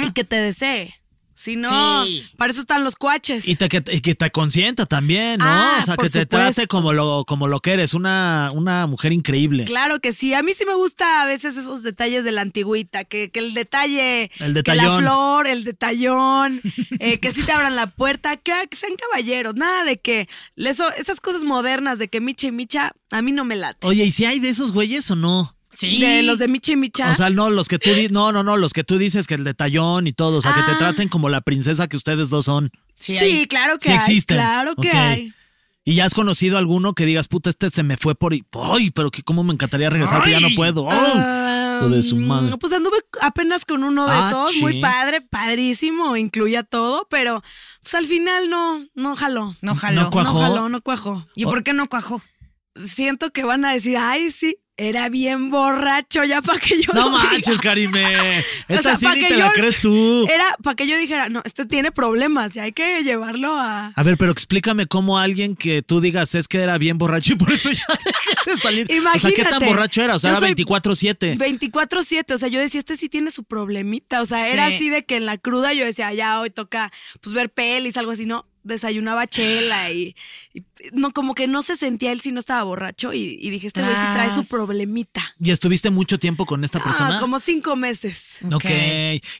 y que te desee. Si no, Sí. para eso están los cuaches. Y, te, que, y que te consienta también, ¿no? Ah, o sea, que por te supuesto. trate como lo, como lo que eres, una, una mujer increíble. Claro que sí, a mí sí me gusta a veces esos detalles de la antigüita, que, que el detalle, El que la detallón. flor, el detallón, eh, que sí te abran la puerta, que, que sean caballeros, nada de que eso, esas cosas modernas de que Micha y Micha, a mí no me late. Oye, ¿y si hay de esos güeyes o no? Sí. De los de Micha y Micha. O sea, no, los que tú di- no, no, no, los que tú dices que el detallón y todo, o sea, que te Ah. traten como la princesa que ustedes dos son. sí, hay. claro que Sí hay. existen. Claro que Ok. hay. Y ya has conocido alguno que digas, puta, este se me fue por. y- ¡Ay! Pero que cómo me encantaría regresar, pero ya no puedo. ¡Ay! Ah, Hijo de su madre. Pues anduve apenas con uno de Ah, esos, sí. muy padre, padrísimo, incluía todo, pero pues al final no, no jaló. No jaló. No cuajó. No jaló, no cuajó. ¿Y por qué no cuajó? Siento que van a decir, ay, sí, era bien borracho, ya para que yo No lo diga". manches, Karime. O Esta sea, sí pa' ni que te yo- Eh. la crees tú. Era para que yo dijera, no, este tiene problemas y hay que llevarlo a... A ver, pero explícame cómo alguien que tú digas es que era bien borracho y por eso ya dejé de salir. O sea, Imagínate. ¿qué tan borracho era? O sea, Yo era soy 24-7. 24-7, o sea, yo decía, este sí tiene su problemita, o sea, era Sí. así de que en la cruda yo decía, "Ah, ya hoy toca pues ver pelis, algo así, no, desayunaba chela y, y no, como que no se sentía él si no estaba borracho y, y dije, este güey sí trae su Tras. problemita. ¿Y estuviste mucho tiempo con esta persona? Ah, como cinco meses. Ok.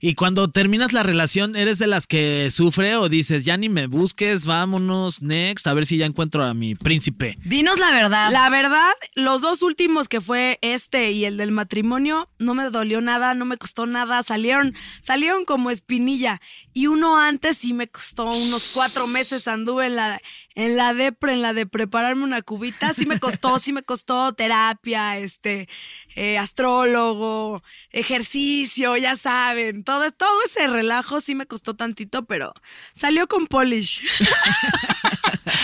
Y cuando terminas la relación, ¿eres de las que sufre o dices, ya ni me busques, vámonos, next, a ver si ya encuentro a mi príncipe? Dinos la verdad. La verdad, los dos últimos que fue este y el del matrimonio, no me dolió nada, no me costó nada, salieron, salieron como espinilla. Y uno antes sí me costó unos cuatro meses, anduve en la, en la depre, en la de prepararme una cubita, sí me costó, sí me costó terapia, este, eh, astrólogo, ejercicio, ya saben, todo, todo ese relajo sí me costó tantito, pero salió con polish.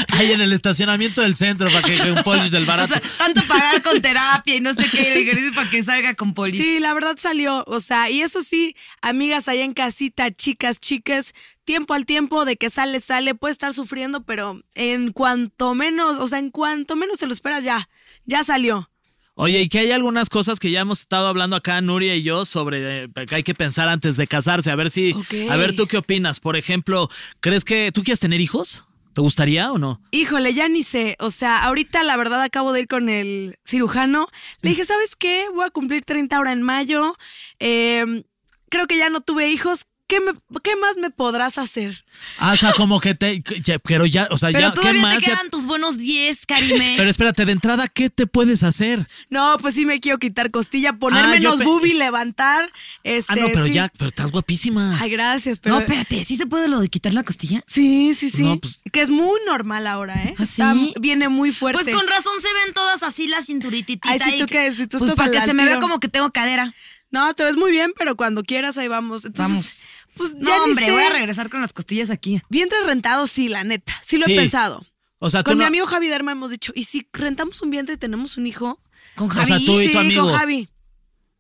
Ahí en el estacionamiento del centro, para que, que un polish del O barato. sea, tanto pagar con terapia y no sé qué, le ejercicio para que salga con policía. Sí, la verdad salió. O sea, y eso sí, amigas allá en casita, chicas, chiques, tiempo al tiempo de que sale, sale, puede estar sufriendo, pero en cuanto menos, o sea, en cuanto menos te lo esperas, ya, ya salió. Oye, y que hay algunas cosas que ya hemos estado hablando acá, Nuria y yo, sobre eh, que hay que pensar antes de casarse. A ver si. Ok. A ver, ¿tú qué opinas? Por ejemplo, ¿crees que tú quieres tener hijos? ¿Te gustaría o no? Híjole, ya ni sé. O sea, ahorita la verdad acabo de ir con el cirujano. Le dije, ¿sabes qué? Voy a cumplir 30 ahora en mayo. Eh, creo que ya no tuve hijos. ¿Qué, me- ¿Qué más me podrás hacer? Ah, o sea, como que te. que ya- pero ya, o sea, Pero ya, ¿qué todavía más? te Ya- quedan tus buenos 10, Karime. pero espérate, de entrada, ¿qué te puedes hacer? No, pues sí me quiero quitar costilla, ponerme Ah, yo los pe- booby, levantar. Este, ah, no, pero sí. ya, pero estás guapísima. Ay, gracias, pero. eh, no, espérate, ¿sí se puede lo de quitar la costilla? Sí, sí, sí. No, pues- Que es muy normal ahora, ¿eh? ¿Ah, sí? Está- viene muy fuerte. Pues con razón se ven todas así la cinturititita. Ay, sí, y ¿tú que- qué? Si tú pues estás para al que se me tiro. vea como que tengo cadera. No, te ves muy bien, pero cuando quieras ahí vamos. Entonces, Pues No, ya ni hombre, sé. voy a regresar con las costillas aquí. Vientre rentado, sí, la neta. Sí lo Sí. he pensado. O sea, tú con mi no- amigo Javi Derma hemos dicho, ¿y si rentamos un vientre y tenemos un hijo? Con sea, Javi. tú y sí, tu amigo. con Javi.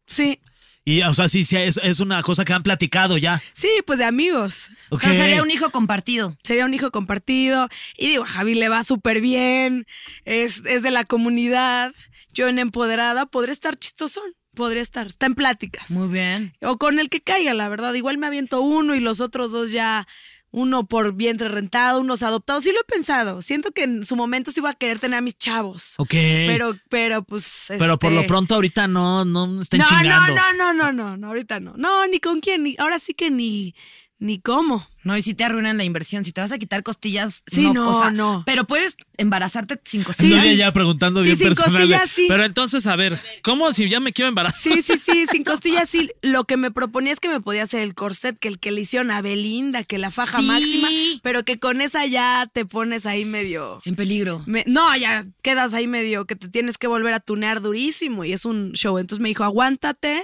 Sí. Y, o sea, sí, sí, es, es una cosa que han platicado ya. Sí, pues de amigos. O sea, Ok. sería un hijo compartido. Sería un hijo compartido. Y digo, a Javi le va súper bien. Es, es de la comunidad. Yo en empoderada podría estar chistosón. Podría estar. Está en pláticas. bien. O con el que caiga, la verdad. Igual me aviento uno y los otros dos ya. Uno por vientre rentado, unos adoptados. Sí lo he pensado. Siento que en su momento sí iba a querer tener a mis chavos. Ok. Pero, pero pues. Pero por lo este, pronto ahorita no, no estén no, chingando. no, no, no, no, no, ahorita no. No, ni con quién, ni, ahora sí que ni, ni cómo. No, y si te arruinan la inversión, si te vas a quitar costillas. Sí, no, o sea, no. Pero puedes embarazarte sin costillas. Nuria ya preguntando Sí, bien sin personal. de, costillas, sí. Pero entonces, a ver, ¿cómo si ya me quiero embarazar? Sí, sí, sí, sin costillas, sí. Lo que me proponía es que me podía hacer el corset, que el que le hicieron a Belinda, que la faja Sí. máxima, pero que con esa ya te pones ahí medio. En peligro. me- no, ya quedas ahí medio que te tienes que volver a tunear durísimo y es un show. Entonces me dijo, aguántate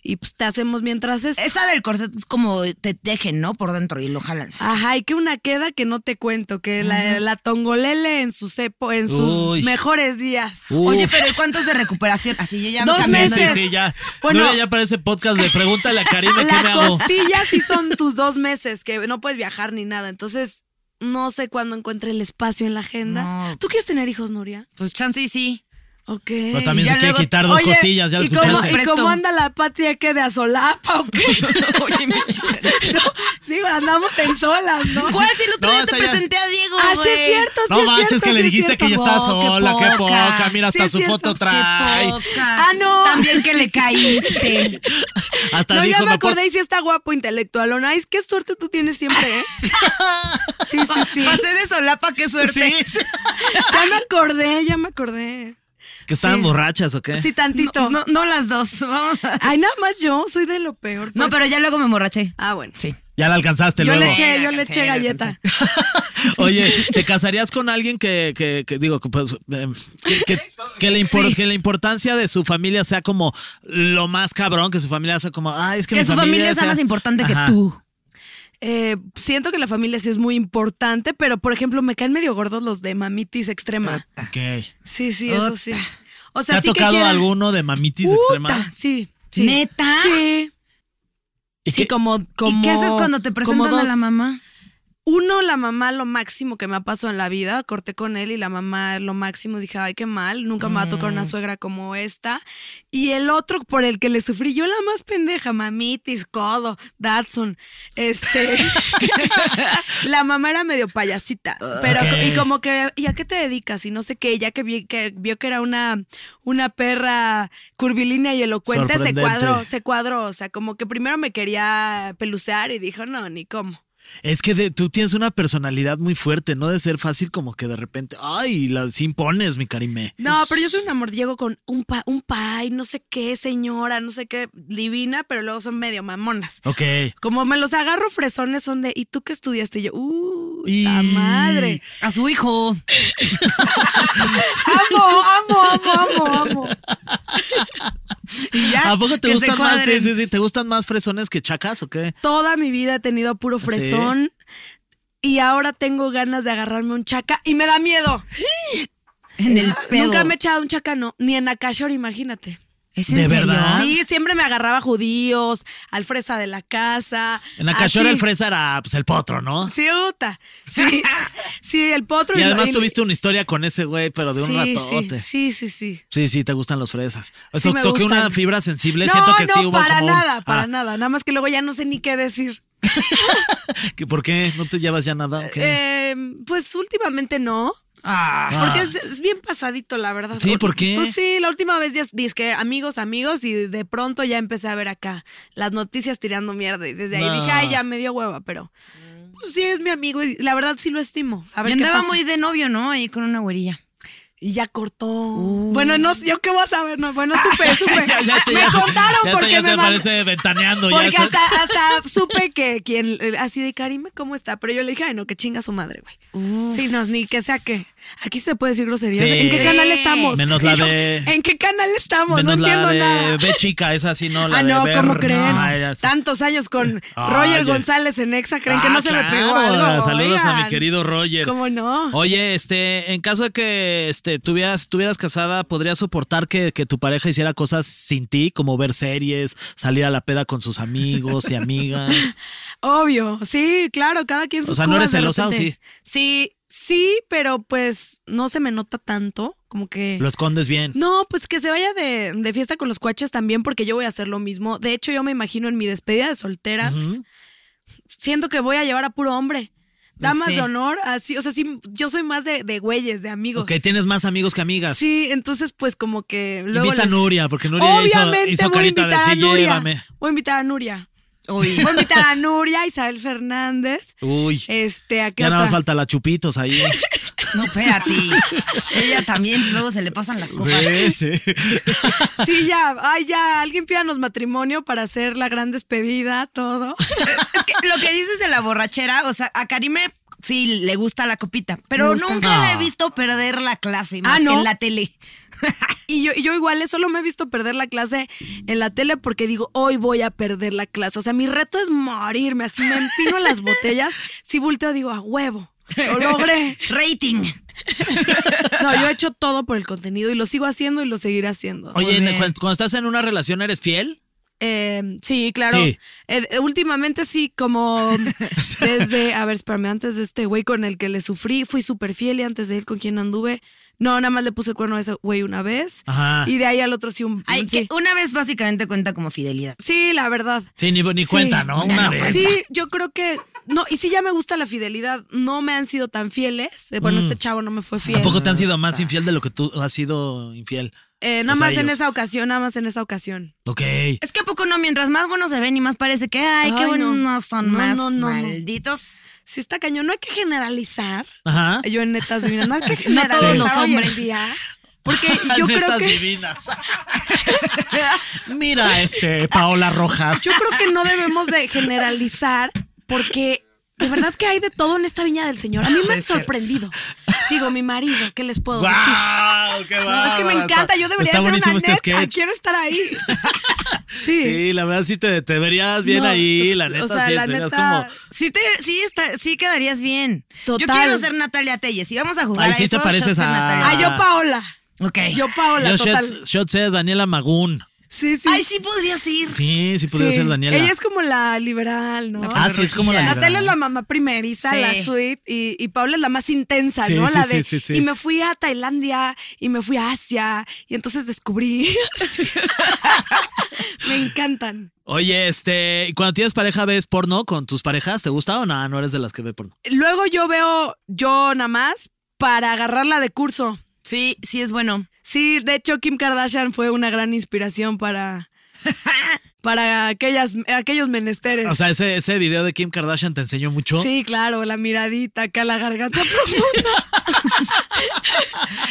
y pues te hacemos mientras es. Esa del corset es como te tejen, ¿no? Por dentro y lo jalan. Ajá, y que una queda que no te cuento, que la, la tongolele en sus, epo- en sus Uy. mejores días. Oye, Uf. pero ¿y cuántos de recuperación? Así yo ya me Dos cambiando. Sí, meses. sí, ya. Bueno. Nuria ya parece podcast de pregúntale a Karina qué me La hago. costilla sí son tus dos meses, que no puedes viajar ni nada. Entonces, no sé cuándo encuentre el espacio en la agenda. No. ¿Tú quieres tener hijos, Nuria? Pues chance y sí. Ok. Pero también Ya se quiere luego- quitar dos Oye, costillas, ya lo ¿y cómo, escuchaste. ¿Y Presto. cómo anda la patria que de azolapa o qué? Oye, mi No, digo, andamos en solas, ¿no? ¿Cuál? Si el otro No, día te está ya- presenté a Diego. Ah, sí güey. es cierto, sí No es manches, cierto, que le sí es dijiste que ya cierto. estaba Oh, qué sola, qué poca. Mira, Sí hasta es su cierto, foto qué trae. Ah, no. También que le caíste. Hasta no, dijo, ya me no puedo- acordé y sí está guapo, intelectual. Ay, qué suerte tú tienes siempre, ¿eh? Sí, sí, sí. Pasé de solapa, qué suerte. Sí, Ya me acordé, ya me acordé. que estaban Sí. borrachas o qué. Sí, tantito. No, no, no las dos. Vamos a- Ay, nada más yo soy de lo peor. No, Ah, pues. pero ya luego me emborraché. Ah, bueno. Sí. Ya la alcanzaste Yo luego. le eché, yo Sí, le eché la galleta. Oye, ¿te casarías con alguien que, que- que digo, que, pues, eh, que, que- que le impor- que la importancia de su familia sea como lo más cabrón, que su familia sea como, ay, es que, Que mi su familia sea más importante que Ajá. tú. Eh, siento que la familia sí es muy importante, pero por ejemplo, me caen medio gordos los de mamitis extrema. Ah. Ok. ¿Te Sí, sí, eso sí. O sea, ha sí que tocado quieran- alguno de mamitis Puta, extrema? Sí, sí. ¿Neta? Sí. ¿Y Sí, qué- como, como. ¿Y qué haces cuando te como presentan a dos. la mamá? Uno, la mamá, lo máximo que me ha pasado en la vida. Corté con él y la mamá, lo máximo. Dije, ay, qué mal. Nunca me va a tocar Mm. una suegra como esta. Y el otro por el que le sufrí, yo la más pendeja, mamitis, codo, Datsun. Este. la mamá era medio payasita. Pero, Ok. y como que, ¿y a qué te dedicas? Y no sé qué, ya que, vi- que vio que era una, una perra curvilínea y elocuente, se Sorprendente. cuadró, se cuadró. O sea, como que primero me quería pelucear y dijo, no, ni cómo. Es que de- tú tienes una personalidad muy fuerte, no de ser fácil como que de repente, ay, la, sí impones, mi Karime. No, pero yo soy un amor, llego con un pa, un pay, no sé qué, señora, no sé qué, divina, pero luego son medio mamonas. Ok. Como me los agarro fresones son de, ¿y tú qué estudiaste? Y yo, ¡uh! Y- ¡La madre! A su hijo. ¡Amo, amo, amo, amo, amo! y ya. Ah, ¿A poco te que se gustan más, sí, cuadren. sí, sí, te gustan más fresones que chacas o qué? Toda mi vida he tenido puro fresón y ahora tengo ganas de agarrarme un chaca y me da miedo. En el pedo. Nunca me he echado un chaca, no, ni en Akashor, imagínate. ¿Es en ¿De serio? verdad? Sí, siempre me agarraba judíos, al fresa de la casa. En la cachorra así. el fresa era pues el potro, ¿no? Ah, Sí, puta. Sí, sí, el potro. Y lo- además tuviste una historia con ese güey, pero de un sí, ratote. Sí, Sí, sí, sí, sí. sí, te gustan los fresas. O Sí sea, me toqué gustan. una fibra sensible, no, siento que no, sí hubo para como un- nada, para Ah, nada. Nada más que luego ya no sé ni qué decir. ¿que ¿Por qué? ¿No te llevas ya nada? ¿O qué? Ah. Eh, pues últimamente no. Porque es, es bien pasadito, la verdad. Sí, ¿por qué? Pues sí, la última vez ya dije que amigos, amigos, y de pronto ya empecé a ver acá las noticias tirando mierda. Y desde ahí No. dije, ay, ya me dio hueva, pero pues sí es mi amigo y la verdad sí lo estimo. A ver Yo qué andaba pasa. muy de novio, ¿no? Ahí con una güerilla. Y ya cortó. Bueno, no, yo qué voy a saber. No, bueno, supe, supe. Ya- ya te- me ya- contaron ya te- porque ya me te mand- parece ventaneando. ya Porque estás- hasta, hasta supe que quien, eh, así de Karime, ¿cómo está? Pero yo le dije, ay, no, que chinga su madre, güey. Sí, no, ni que sea que. Aquí se puede decir groserías. Sí. ¿En qué Sí. canal estamos? Menos la de- ¿En qué canal estamos? Menos no la entiendo de nada. ve chica, esa sí no la ah, de no, ver, no, ¿cómo ah, creen? ella sí. Tantos años con Ah, Roger ya. González en Exa, ¿creen que no Ah, se le pegó claro, algo? Saludos a Oigan. mi querido Roger. ¿Cómo no? Oye, este, en caso de que este, tuvieras, tuvieras casada, ¿podrías soportar que, que tu pareja hiciera cosas sin ti, como ver series, salir a la peda con sus amigos y amigas? Obvio, sí, claro, cada quien sus sea, ¿no cubas eres de celosa o repente. Sí, sí, pero pues no se me nota tanto, como que... Lo escondes bien. No, pues que se vaya de, de fiesta con los cuaches también, porque yo voy a hacer lo mismo. De hecho, yo me imagino en mi despedida de solteras, siento que voy a llevar a puro hombre. Pues Damas Sí. de honor, así, o sea, sí, yo soy más de, de güeyes, de amigos. Ok, tienes más amigos que amigas. Sí, entonces pues como que luego Invita a les- Nuria, porque Nuria ya hizo- Obviamente hizo voy a carita de invitar a sí, Nuria. llévame. Voy a invitar a Nuria. Voy a invitar a Nuria, Isabel Fernández. Uy. Este, ¿a qué Ya nada más otra? falta la chupitos ahí. No, espérate. Ella también, luego se le pasan las copas. sí, sí. Sí, ya, ay, ya, alguien pídanos matrimonio para hacer la gran despedida, todo. Es que lo que dices de la borrachera, o sea, a Karime sí le gusta la copita, Me pero gusta. nunca la he Ah. visto perder la clase más Ah, ¿no? que en la tele. Y yo, y yo igual eh, solo me he visto perder la clase en la tele porque digo, hoy voy a perder la clase. O sea, mi reto es morirme, así me empino las botellas. Si volteo, digo, a huevo, lo logré. Rating. No, yo he hecho todo por el contenido y lo sigo haciendo y lo seguiré haciendo. Oye, cu- cuando estás en una relación, ¿eres fiel? Eh, sí, claro. Sí. Eh, eh, últimamente sí, como desde, a ver, espérame, antes de este güey con el que le sufrí, fui súper fiel y antes de él con quien anduve, no, nada más le puse el cuerno a ese güey una vez. Ajá. Y de ahí al otro sí un... Ay, sí. que una vez básicamente cuenta como fidelidad. Sí, la verdad. Sí, ni, ni cuenta, ¿no? Una vez. Sí, yo creo que. No, y sí ya me gusta la fidelidad. No me han sido tan fieles. Eh, Bueno, este chavo no me fue fiel. Mm. ¿A poco te han sido más infiel de lo que tú has sido infiel? Eh, nada O sea, más en ellos. esa ocasión, nada más en esa ocasión. Ok. Es que a poco no, mientras más buenos se ven y más parece que, ay, qué Ay, no. buenos son No, más no, no, no. malditos. Sí, está cañón. No hay que generalizar. Ajá. Yo en netas divinas. No hay que No generalizar. todos los hoy en hombres. día, porque yo creo Netas que. divinas. Mira, este, Paola Rojas. Yo creo que no debemos de generalizar porque de verdad que hay de todo en esta viña del Señor. A mí me han sorprendido. Digo, mi marido, ¿qué les puedo decir? ¡Guau! ¡Qué No, es que me bárbaro! encanta, yo Está- debería está hacer una buenísimo neta, este sketch. quiero estar ahí. Sí. Sí, la verdad sí te, te verías bien No, ahí, o- la neta. o sea, sí, la te verías neta, como- Sí, te, Eh, sí, está, sí quedarías bien. Yo Total. quiero ser Natalia Telles. Si vamos a jugar Ay, a sí te eso, pareces yo soy a- Natalia Ah, yo Paola. Ok. Yo Paola, Yo total. shots- shots de Daniela Magún. Sí, sí. Ay, sí podrías ir. Sí, sí podría Sí. ser Daniela. Ella es como la liberal, ¿no? Ah, sí, es como la liberal. Natalia es la mamá primeriza, Sí. la suite, y, y Paula es la más intensa, Sí, ¿no? sí, la sí, de, sí, sí. Y me fui a Tailandia y me fui a Asia y entonces descubrí. me encantan. Oye, este, cuando tienes pareja, ¿ves porno con tus parejas? ¿Te gusta o no? No eres de las que ve porno. Luego yo veo yo nada más para agarrarla de curso. Sí, sí es bueno. Sí, de hecho Kim Kardashian fue una gran inspiración para para aquellas aquellos menesteres. O sea, ese, ese video de Kim Kardashian te enseñó mucho. sí, claro, la miradita acá, la garganta profunda.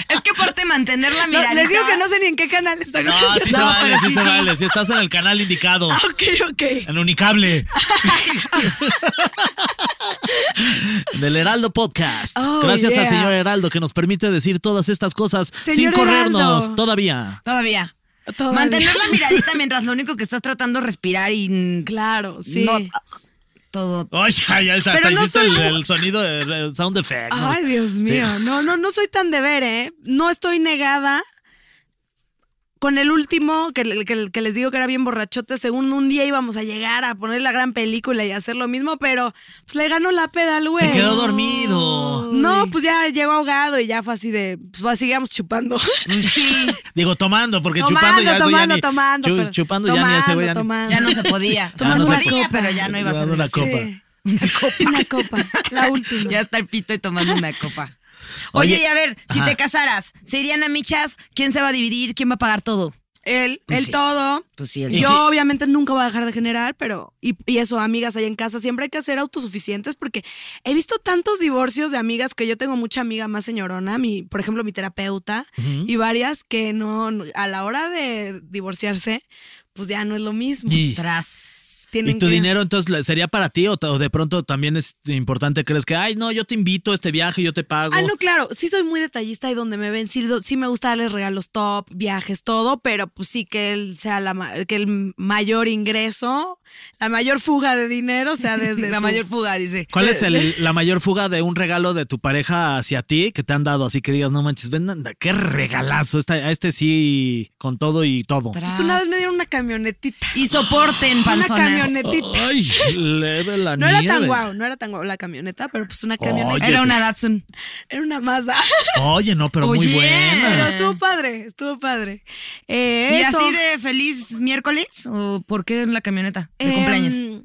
Es que aparte mantener la No, mirada. les digo que no sé ni en qué canal está. No, sí se No, vale, pero sí, sí, se sí. vale. Si estás en el canal indicado, Ok, ok. en Unicable. Del Heraldo Podcast. Oh, Gracias al yeah. señor Heraldo que nos permite decir todas estas cosas sin Señor corrernos Heraldo. todavía. Todavía. Todavía. Mantener la miradita mientras lo único que estás tratando es respirar y mm, Claro, sí. no todo. Oye, ya está, Pero te no hiciste el, soy- el sonido, el el sound effect. ¿no? Ay, Dios Sí. mío. No, no, no soy tan de ver, ¿eh? No estoy negada. Con el último, que, le- que, que les digo que era bien borrachote, según un día íbamos a llegar a poner la gran película y hacer lo mismo, pero pues, le ganó la pedal, güey. Se quedó dormido. No, pues ya llegó ahogado y ya fue así de, pues va, sigamos chupando. Sí. Digo, tomando, porque tomando, chupando ya eso ya tomando, ni- tomando, chu- pero- chupando ya ni ese güey. ya ni- tomando, Ya no se podía. Ya se no se podía, puede. pero ya no iba a ser. Tomando una eso. copa. Sí. Una copa, la última. Ya está el pito y tomando una copa. Oye, Oye, y a ver, si ajá. te casaras, ¿se irían a michas? ¿Quién se va a dividir? ¿Quién va a pagar todo? Él, Pues él sí. todo. Pues sí, él Yo todo. obviamente nunca voy a dejar de generar, pero... Y, y eso, amigas ahí en casa, siempre hay que ser autosuficientes porque he visto tantos divorcios de amigas que yo tengo mucha amiga más señorona, mi, por ejemplo, mi terapeuta, y varias que no, no- a la hora de divorciarse, pues ya no es lo mismo. Y- Tras. ¿Y Tienen tu que- dinero entonces le- sería para ti o, t- o de pronto también es importante crees que, ay, no, yo te invito a este viaje, yo te pago? Ah, no, claro, sí soy muy detallista y donde me ven, sí, do- sí me gusta darles regalos top, viajes, todo, pero pues sí que él sea la ma- que el mayor ingreso, la mayor fuga de dinero, o sea, desde La su- mayor fuga, dice. ¿Cuál eh, es el- la mayor fuga de un regalo de tu pareja hacia ti que te han dado? Así que digas, no manches, ven, anda, qué regalazo. Esta- a este sí, con todo y todo. Pues una vez me dieron una camionetita. Y soporten, Una panzonas. camionetita. Ay, leve la No era tan nieve. guau, no era tan guau la camioneta, pero pues una camioneta. Oye, Era una Datsun. Era una Mazda. Oye, no, pero muy Oye, buena. Pero estuvo padre, estuvo padre. Eh, ¿Y eso. así de feliz miércoles? ¿O por qué en la camioneta? De Em, cumpleaños.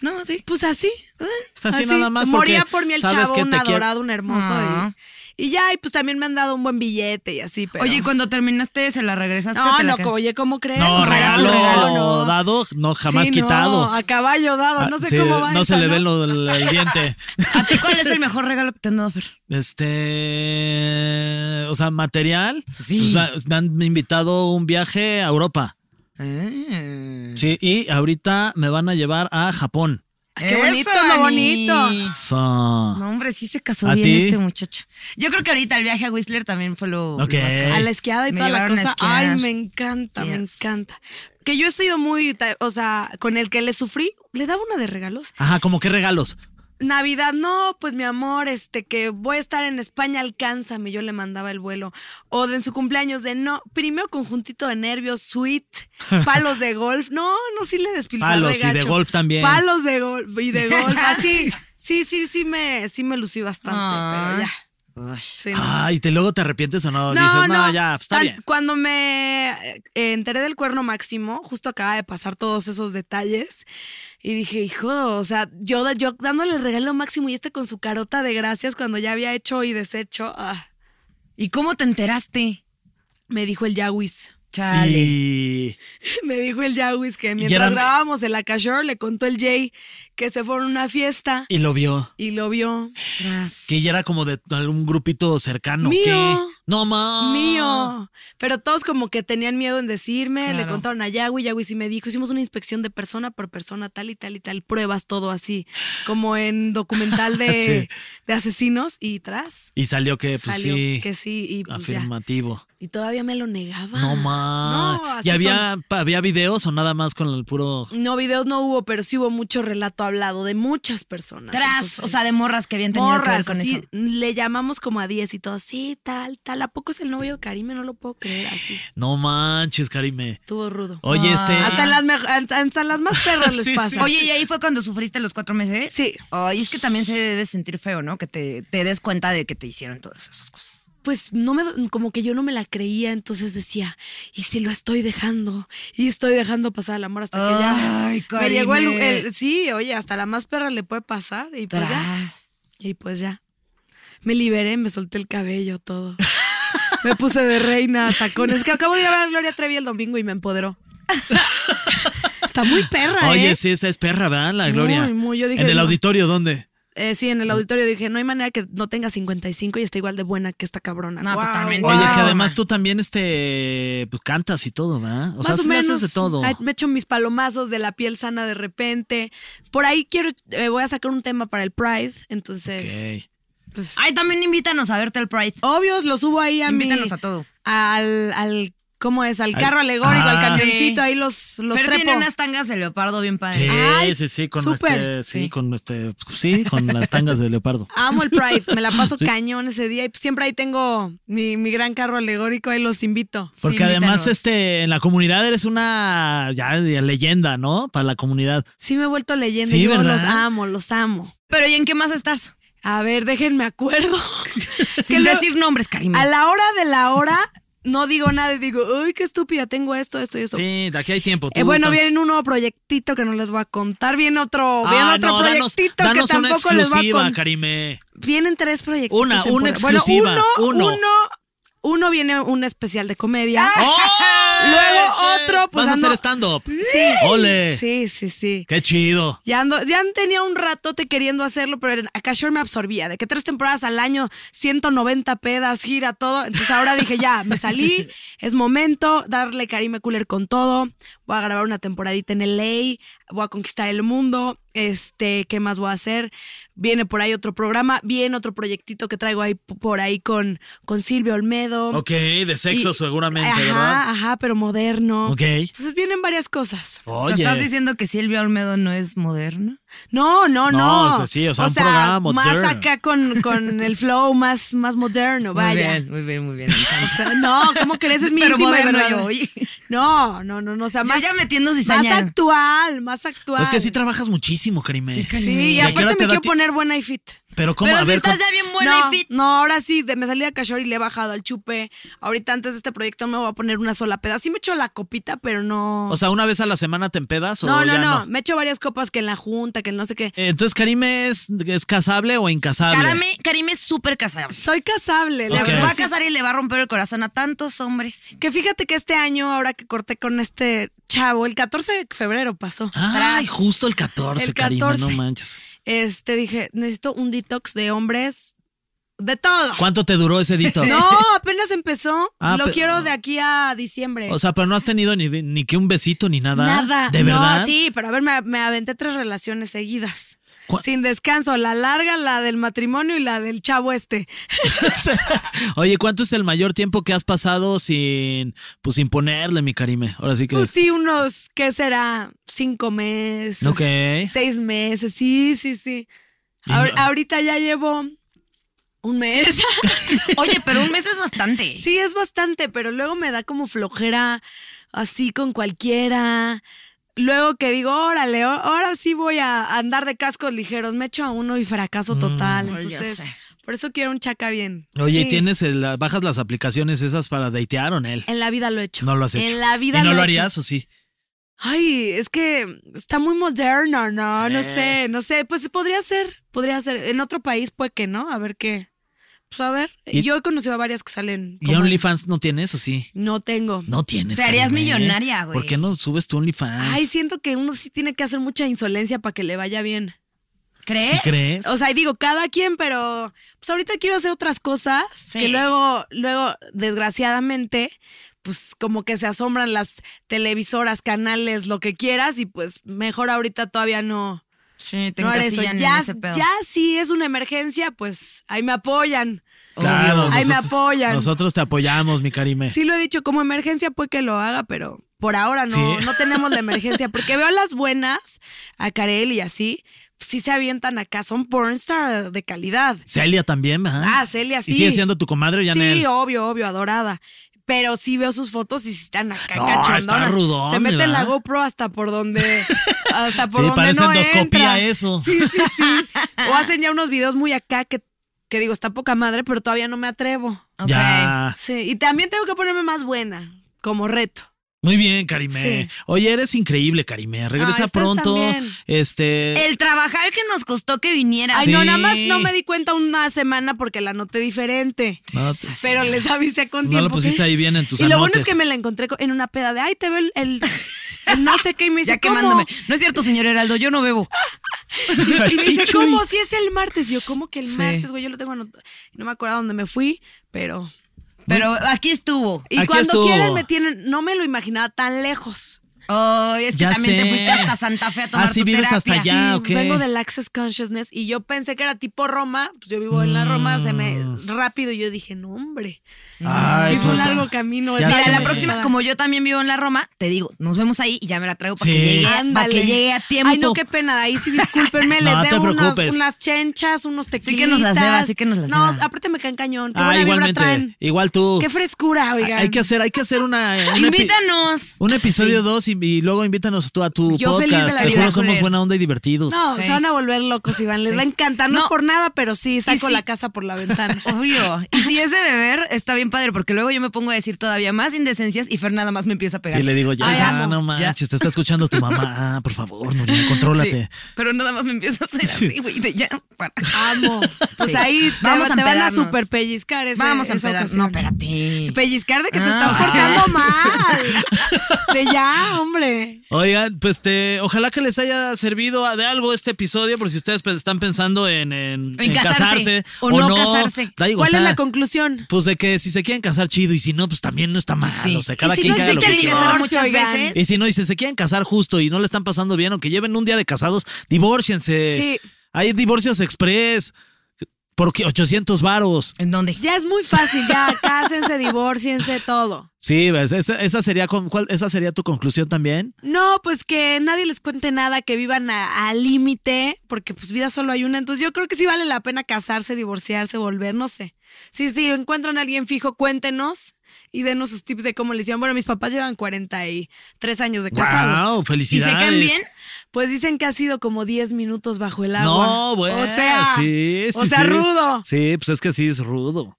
No, sí. Pues así. sea, así nada más Moría porque por mí el sabes chavo, que un te quiero. adorado, un hermoso. Ah. Y, y ya, y pues también me han dado un buen billete y así. Pero... Oye, ¿y cuando terminaste se la regresaste? No, ¿Te la no, que- oye, ¿cómo crees? No, O sea, era tu regalo, regalo, no. dado, no, jamás Sí, no, quitado. a caballo dado, no Ah, sé sí, cómo va No esa, se le ve lo- el, el diente. ¿A ti cuál es el mejor regalo que te han dado, Fer? Este. O sea, material. Sí. Pues, va- me han invitado un viaje a Europa. Eh. Sí, y ahorita me van a llevar a Japón. Ah, Qué bonito, lo bonito. So, No, hombre, sí se casó ¿A bien ti? este muchacho. Yo creo que ahorita el viaje a Whistler también fue lo, lo Ok. más caro. A la esquiada y Me toda la llevaron a cosa. esquiar. Ay, me encanta, me Yes. encanta. Que yo he sido muy, ta- o sea, con el que le sufrí, le daba una de regalos. Ajá, como que regalos. Navidad, no, pues mi amor, este, que voy a estar en España, alcánzame, yo le mandaba el vuelo. O de en su cumpleaños de no, primero conjuntito de nervios, sweet, palos de golf. No, no, sí le despilfarré Palos y de gacho. golf también. Palos de golf y de golf, así. Sí, sí, sí me, sí me lucí bastante, Ah. pero ya. Sí, no. Ay, te luego te arrepientes o no. Dices, no, ya, pues, está Tan- bien. Cuando me eh, enteré del cuerno máximo, justo acaba de pasar todos esos detalles y dije, hijo, o sea, yo, da- yo dándole el regalo máximo y este con su carota de gracias cuando ya había hecho y deshecho, ah, ¿Y cómo te enteraste? me dijo el Yawis. Chale. Y. Me dijo el Yawis que eran- mientras grabábamos el Akashor le contó el Jay que se fueron a una fiesta Y lo vio. y lo vio. Tras. Que ya era como de algún grupito cercano. Mío. ¿Qué? No más. Oh. mío. Pero todos como que tenían miedo en decirme, le Claro. contaron a Yagüi, Yagüi sí me dijo, hicimos una inspección de persona por persona, tal y tal y tal, pruebas todo así, como en documental de, de asesinos y eh, tras. Y salió que, pues salió sí. que sí y pues, ya. afirmativo. Y todavía me lo negaba. No más. No, así ¿Y había, son. pa- había videos o nada más con el puro. No, videos no hubo, pero sí hubo mucho relato hablado de muchas personas. Tras, Entonces, o sea, de morras que habían tenido que ver morras, con así, eso. Le llamamos como a 10 y todo, sí, tal, tal. ¿A poco es el novio de Karime? No lo puedo creer así. No manches, Karime. Estuvo rudo. Oye, este. Ah, Hasta en las, mej- hasta hasta en las más perras les Sí, pasa. sí. Oye, ¿y ahí fue cuando sufriste los cuatro meses? Sí. Ay, es que también se debe sentir feo, ¿no? Que te, te des cuenta de que te hicieron todas esas cosas. pues no me, como que yo no me la creía, entonces decía, ¿y si lo estoy dejando? Y estoy dejando pasar el amor hasta que ya. Ay, Me llegó el, Karime. el- Sí, oye, hasta la más perra le puede pasar. Y pues ya. Tras. Y pues ya. Me liberé, me solté el cabello, todo. Me puse de reina, tacones. Que acabo de ir a ver a Gloria Trevi el domingo y me empoderó. Está muy perra, Oye, ¿eh? sí, esa es perra, ¿verdad? La Gloria. Muy, muy, yo dije, ¿En el no. auditorio dónde? Eh, sí, en el auditorio dije, no hay manera que no tenga 55 y esté igual de buena que esta cabrona. No, Guau, totalmente. guau. Oye, que Wow. además tú también este, pues, cantas y todo, ¿verdad? O sea, sí le haces de todo. Ay, Me echo mis palomazos de la piel sana de repente. Por ahí quiero, eh, voy a sacar un tema para el Pride. Entonces, Ok. pues, Ay, también invítanos a verte el Pride. obvios, lo subo ahí a mi. Invítanos a todo. Al, al, ¿cómo es? Al Al- carro alegórico, al Ah. Sí. camioncito, ahí los, los Fer trepo. tiene unas tangas de leopardo bien Sí, padre. Ay, sí, sí, con súper. este, sí, Sí. Ah, con este, sí, con las tangas de leopardo. Amo el Pride, me la paso cañón ese día y pues siempre ahí tengo mi, mi gran carro alegórico, ahí los invito. Porque Sí, además, invítanos. este, en la comunidad eres una ya, ya leyenda, ¿no? Para la comunidad. Sí me he vuelto leyenda, Sí, yo ¿verdad? los amo, los amo. Pero ¿y en qué más estás? A ver, déjenme acuerdo. Que Sin luego- decir nombres, Karime. A la hora de la hora, no digo nada y digo, uy, qué estúpida, tengo esto, esto y esto. Sí, de aquí hay tiempo. Eh, bueno, viene un nuevo proyectito que no les voy a contar. Viene otro, viene otro proyectito Ah, danos, danos que tampoco una les voy a exclusiva, contar. Karime. Vienen tres proyectos. Una, una exclusiva, Bueno, uno, uno. uno. uno viene un especial de comedia. ¡Oh! Luego otro, pues, Vas a ando- hacer stand-up. Sí. ¡Ole! Sí, sí, sí. ¡Qué chido! Ya, ando, ya tenía un ratote queriendo hacerlo, pero acá Sure me absorbía. De que tres temporadas al año, 190 pedas, gira, todo. Entonces ahora dije, ya, me salí, es momento, darle Karime Cooler con todo. Voy a grabar una temporadita en LA, voy a conquistar el mundo. Este, ¿qué más voy a hacer? Viene por ahí otro programa, viene otro proyectito que traigo ahí p- por ahí con, con Silvio Olmedo. Ok, de sexo Y- seguramente, ajá, ¿verdad? Ajá, pero moderno. Ok. Entonces vienen varias cosas. O sea, Oye. pues ¿Estás diciendo que Silvia Olmedo no es moderna? No, no, no. No, o sea, sí, o sea, un programa moderno. Más acá con, con el flow más, más moderno, vaya. Muy bien, muy bien, muy bien. O sea, no, ¿cómo crees? Es mi Pero íntima moderno verdad. yo, oye. No, no, no, no. O sea, Yo más. ya metiendo cizaña. Más actual, más actual. Es que sí trabajas muchísimo, Karime. Sí, y ¿A qué hora te aparte me da quiero ti- poner buena y fit. Pero cómo, Pero a si ver, estás ¿cómo- ya bien buena no, y fit. No, ahora sí, de- me salí a cachor y le he bajado al chupe. Ahorita antes de este proyecto me voy a poner una sola peda. Sí me echo la copita, pero no. o sea, una vez a la semana te empedas o no, no, ya no, Me echo varias copas que en la junta, que en no sé qué. Eh, Entonces, Karime es, es casable o incasable. Karime, Karime es súper casable. Soy casable, Se la Ok. verdad. va a casar y le va a romper el corazón a tantos hombres. Que fíjate que este año, ahora que corté con este chavo, el 14 de febrero pasó. Ay, Tras. justo el 14, El Karime, no 14. manches. Este dije, necesito un detox de hombres de todo. ¿Cuánto te duró ese detox? No, apenas empezó. Ah, Lo pe- quiero de aquí a diciembre. O sea, pero no has tenido ni, ni que un besito ni nada. Nada. ¿De verdad? No, sí, pero a ver, me, me aventé tres relaciones seguidas. ¿Cuá- Sin descanso, la larga, la del matrimonio y la del chavo este. Oye, ¿cuánto es el mayor tiempo que has pasado sin, pues, sin ponerle, mi Karime? Ahora sí que. Pues sí, unos, ¿qué será? Cinco meses. Ok. Seis meses, sí, sí, sí. Y Ahor- no- ahorita ya llevo un mes. Oye, pero un mes es bastante. Sí, es bastante, pero luego me da como flojera así con cualquiera. Luego que digo, órale, o- ahora sí voy a andar de cascos ligeros, me echo a uno y Mm, fracaso total. Ay, ya Entonces, sé. por eso quiero un chaca bien. Oye, Sí, ¿tienes el- bajas las aplicaciones esas para datear o en él? En la vida lo he hecho. No lo has hecho. En la vida ¿Y no lo, he hecho. harías o sí? Ay, es que está muy moderno, no, no sé, no sé. Pues podría ser, podría ser. En otro país puede que no, a ver qué. Pues a ver, ¿Y- yo he conocido a varias que salen. ¿Y como- OnlyFans no tienes o sí? No tengo. No tienes. Te harías Karime. ¿eh? millonaria, güey. ¿Por qué no subes tu OnlyFans? Ay, siento que uno sí tiene que hacer mucha insolencia para que le vaya bien. ¿Crees? ¿Sí crees? O sea, digo, cada quien, pero pues ahorita quiero hacer otras cosas que luego, luego, desgraciadamente, pues como que se asombran las televisoras, canales, lo que quieras, y pues mejor ahorita todavía no. sí, te no haré encasillan Ya, en ese pedo. ya si es una emergencia, pues ahí me apoyan. Claro, Ahí me apoyan. Nosotros te apoyamos, mi Karime. Sí lo he dicho, como emergencia puede que lo haga, pero por ahora no, Sí. no tenemos la emergencia. Porque veo a las buenas, a Karel y así, sí se avientan acá, son pornstar de calidad. Celia también, ajá. Ah, Celia sí. ¿Y sigue siendo tu comadre, Yanel? Sí, obvio, obvio, adorada. Pero sí veo sus fotos y sí están acá No, cachondonas. está rudón, Se mete la ¿verdad? GoPro hasta por donde. Hasta por Sí, donde parece no endoscopía entra. eso. Sí, sí, sí. O hacen ya unos videos muy acá que, que digo, está poca madre, pero todavía no me atrevo. Ok. Ya. Sí, y también tengo que ponerme más buena, como reto. Muy bien, Karime. Sí. Oye, eres increíble, Karime. Regresa ustedes pronto. también. Este. El trabajar que nos costó que viniera. Ay, Sí. no, nada más no me di cuenta una semana porque la noté diferente. No, Pero les avisé con No tiempo. la pusiste que- ahí bien en tus Y lo bueno anotes. es que me la encontré co- en una peda de, ay, te veo el, el- el no sé qué y me dice, Ya "¿Cómo?". quemándome. No es cierto, señor Heraldo, yo no bebo. Y me Sí, dice, Chuy. ¿cómo? Si es el martes. Y yo, ¿cómo que el Sí. martes, güey? Yo lo tengo anotado. No me acuerdo a dónde me fui, pero... Pero aquí estuvo. Y Aquí cuando estuvo. quieren me tienen... No me lo imaginaba tan lejos. Ay, es que Ya también sé. te fuiste hasta Santa Fe a tomar Ah, sí, tu vives terapia. hasta allá, ok. Vengo del Access Consciousness y yo pensé que era tipo Roma. Pues yo vivo en la Roma, se me... Mm. Rápido. Y yo dije, no, hombre. Ay, sí fue un puta. largo camino. Ya Mira, sé. la próxima, como yo también vivo en la Roma, te digo, nos vemos ahí y ya me la traigo para Sí. Eh, que llegue, para Ándale. que llegue a tiempo. Ay, no, qué pena. Ahí sí, discúlpenme. No, les te debo unos- preocupes. unas chenchas, unos tequilitas. Sí que nos las deba, sí que nos las No, deba. aparte me caen cañón. Qué Ah, buena vibra igualmente. traen. Igual tú. Qué frescura, oigan. Hay que hacer, hay que hacer una. una epi- Invítanos. Un episodio 2 y, y luego invítanos tú a tu Yo feliz podcast. de la Te vida juro, con somos él. buena onda y divertidos. No, Sí. se van a volver locos, Iván. Les va a encantar. No, es No. por nada, pero sí, saco sí. la casa por la ventana. Obvio. Y si es de beber, está bien padre, porque luego yo me pongo a decir todavía más indecencias y Fer nada más me empieza a pegar. Sí, le digo, ya, Ay, ah, ya, amo, no manches, te está escuchando tu mamá. Ah, por favor, Nuria, contrólate. Sí, pero nada más me empieza a hacer así, güey, de ya, para. Amo. Pues Sí. ahí te, Vamos va- a te van a empedarnos. super pellizcar ese, Vamos a esa empezar. ocasión. No, espérate. Pellizcar de que te Ah. estás portando mal. De ya, hombre. Oigan, pues este, ojalá que les haya servido a- de algo este episodio, por si ustedes pues, están pensando en, en, En en casarse, o no casarse. Da igual, o ¿Cuál es sea, la conclusión? Pues de que si se quieren casar chido y si no, pues también no está mal. Sí. O sea, cada Y si quien no que se haga lo que quieren quiera. casar muchas Oigan. veces. Y si no, y si se quieren casar justo y no le están pasando bien, aunque lleven un día de casados, divórciense. Sí. Hay divorcios express. Por 800 varos. ¿En dónde? Ya es muy fácil, ya. Cásense, divorciense, todo. Sí, ves, esa, esa sería, con- ¿cuál- esa sería tu conclusión también. No, pues que nadie les cuente nada, que vivan a- al límite, porque pues vida solo hay una. Entonces yo creo que sí vale la pena casarse, divorciarse, volver, no sé. Sí, sí, encuentran a alguien fijo, cuéntenos y denos sus tips de cómo le hicieron. Bueno, mis papás llevan 43 años de casados. Wow, felicidades. ¿Y se caen bien? Pues dicen que ha sido como 10 minutos bajo el agua. No, bueno. O sea, sí, o sí, sea, sí. rudo. Sí, pues es que sí es rudo.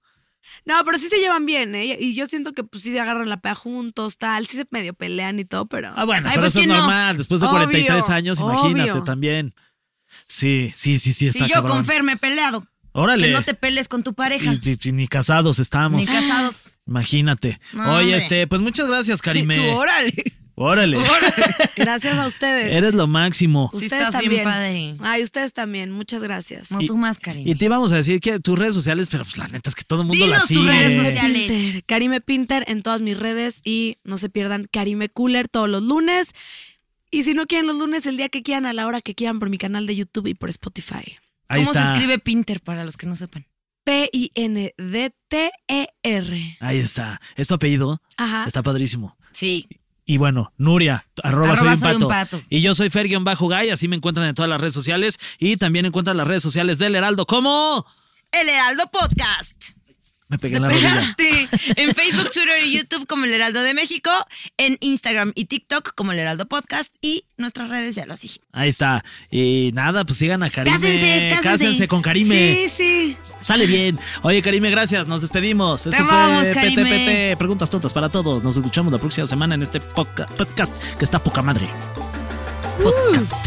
No, pero sí se llevan bien, ¿eh? Y yo siento que pues sí se agarran la pea juntos, tal, sí se medio pelean y todo, pero... Ah, bueno, Ay, pero pues, eso es ¿quién no? normal. Después de Obvio, 43 años, imagínate obvio. también. Sí, sí, sí, sí, Si está yo cabrón. con Fer me he peleado. Órale. Que no te pelees con tu pareja. Y- y- y ni casados estamos. Ni casados. Imagínate. No, Oye, hombre. este, pues muchas gracias, Karime. Y tú, órale. Órale. Gracias a ustedes. Eres lo máximo. Sí, Ustedes estás también. bien padre. Ay, ustedes también. Muchas gracias. No, Y- tú más, cariño. Y te íbamos a decir que tus redes sociales, pero pues la neta es que todo el mundo Dinos las tus sigue. redes sociales. Pinter, Karime Pinter en todas mis redes y no se pierdan Karime Cooler todos los lunes. Y si no quieren los lunes, el día que quieran, a la hora que quieran, por mi canal de YouTube y por Spotify. Ahí ¿Cómo está. se escribe Pinter para los que no sepan? P-I-N-D-T-E-R. Ahí está. Es tu apellido. E Ah. Ajá. Está padrísimo. Sí. Y bueno, Nuria, arroba, Arroba soy, un soy pato. un pato. Y yo soy Fer-Gay, así me encuentran en todas las redes sociales. Y también encuentran las redes sociales del Heraldo. ¿Cómo? El Heraldo Podcast. Me pegué Te en la rodilla. pegaste. En Facebook, Twitter y YouTube como El Heraldo de México, en Instagram y TikTok como El Heraldo Podcast y nuestras redes ya las dije. Ahí está. Y nada, pues sigan a Karime. Cásense, cásense. con Karime. Sí, sí. Sale bien. Oye, Karime, gracias. Nos despedimos. Esto amamos, fue Karime. PTPT. Preguntas tontas para todos. Nos escuchamos la próxima semana en este poca- podcast que está poca madre. Uh. Podcast.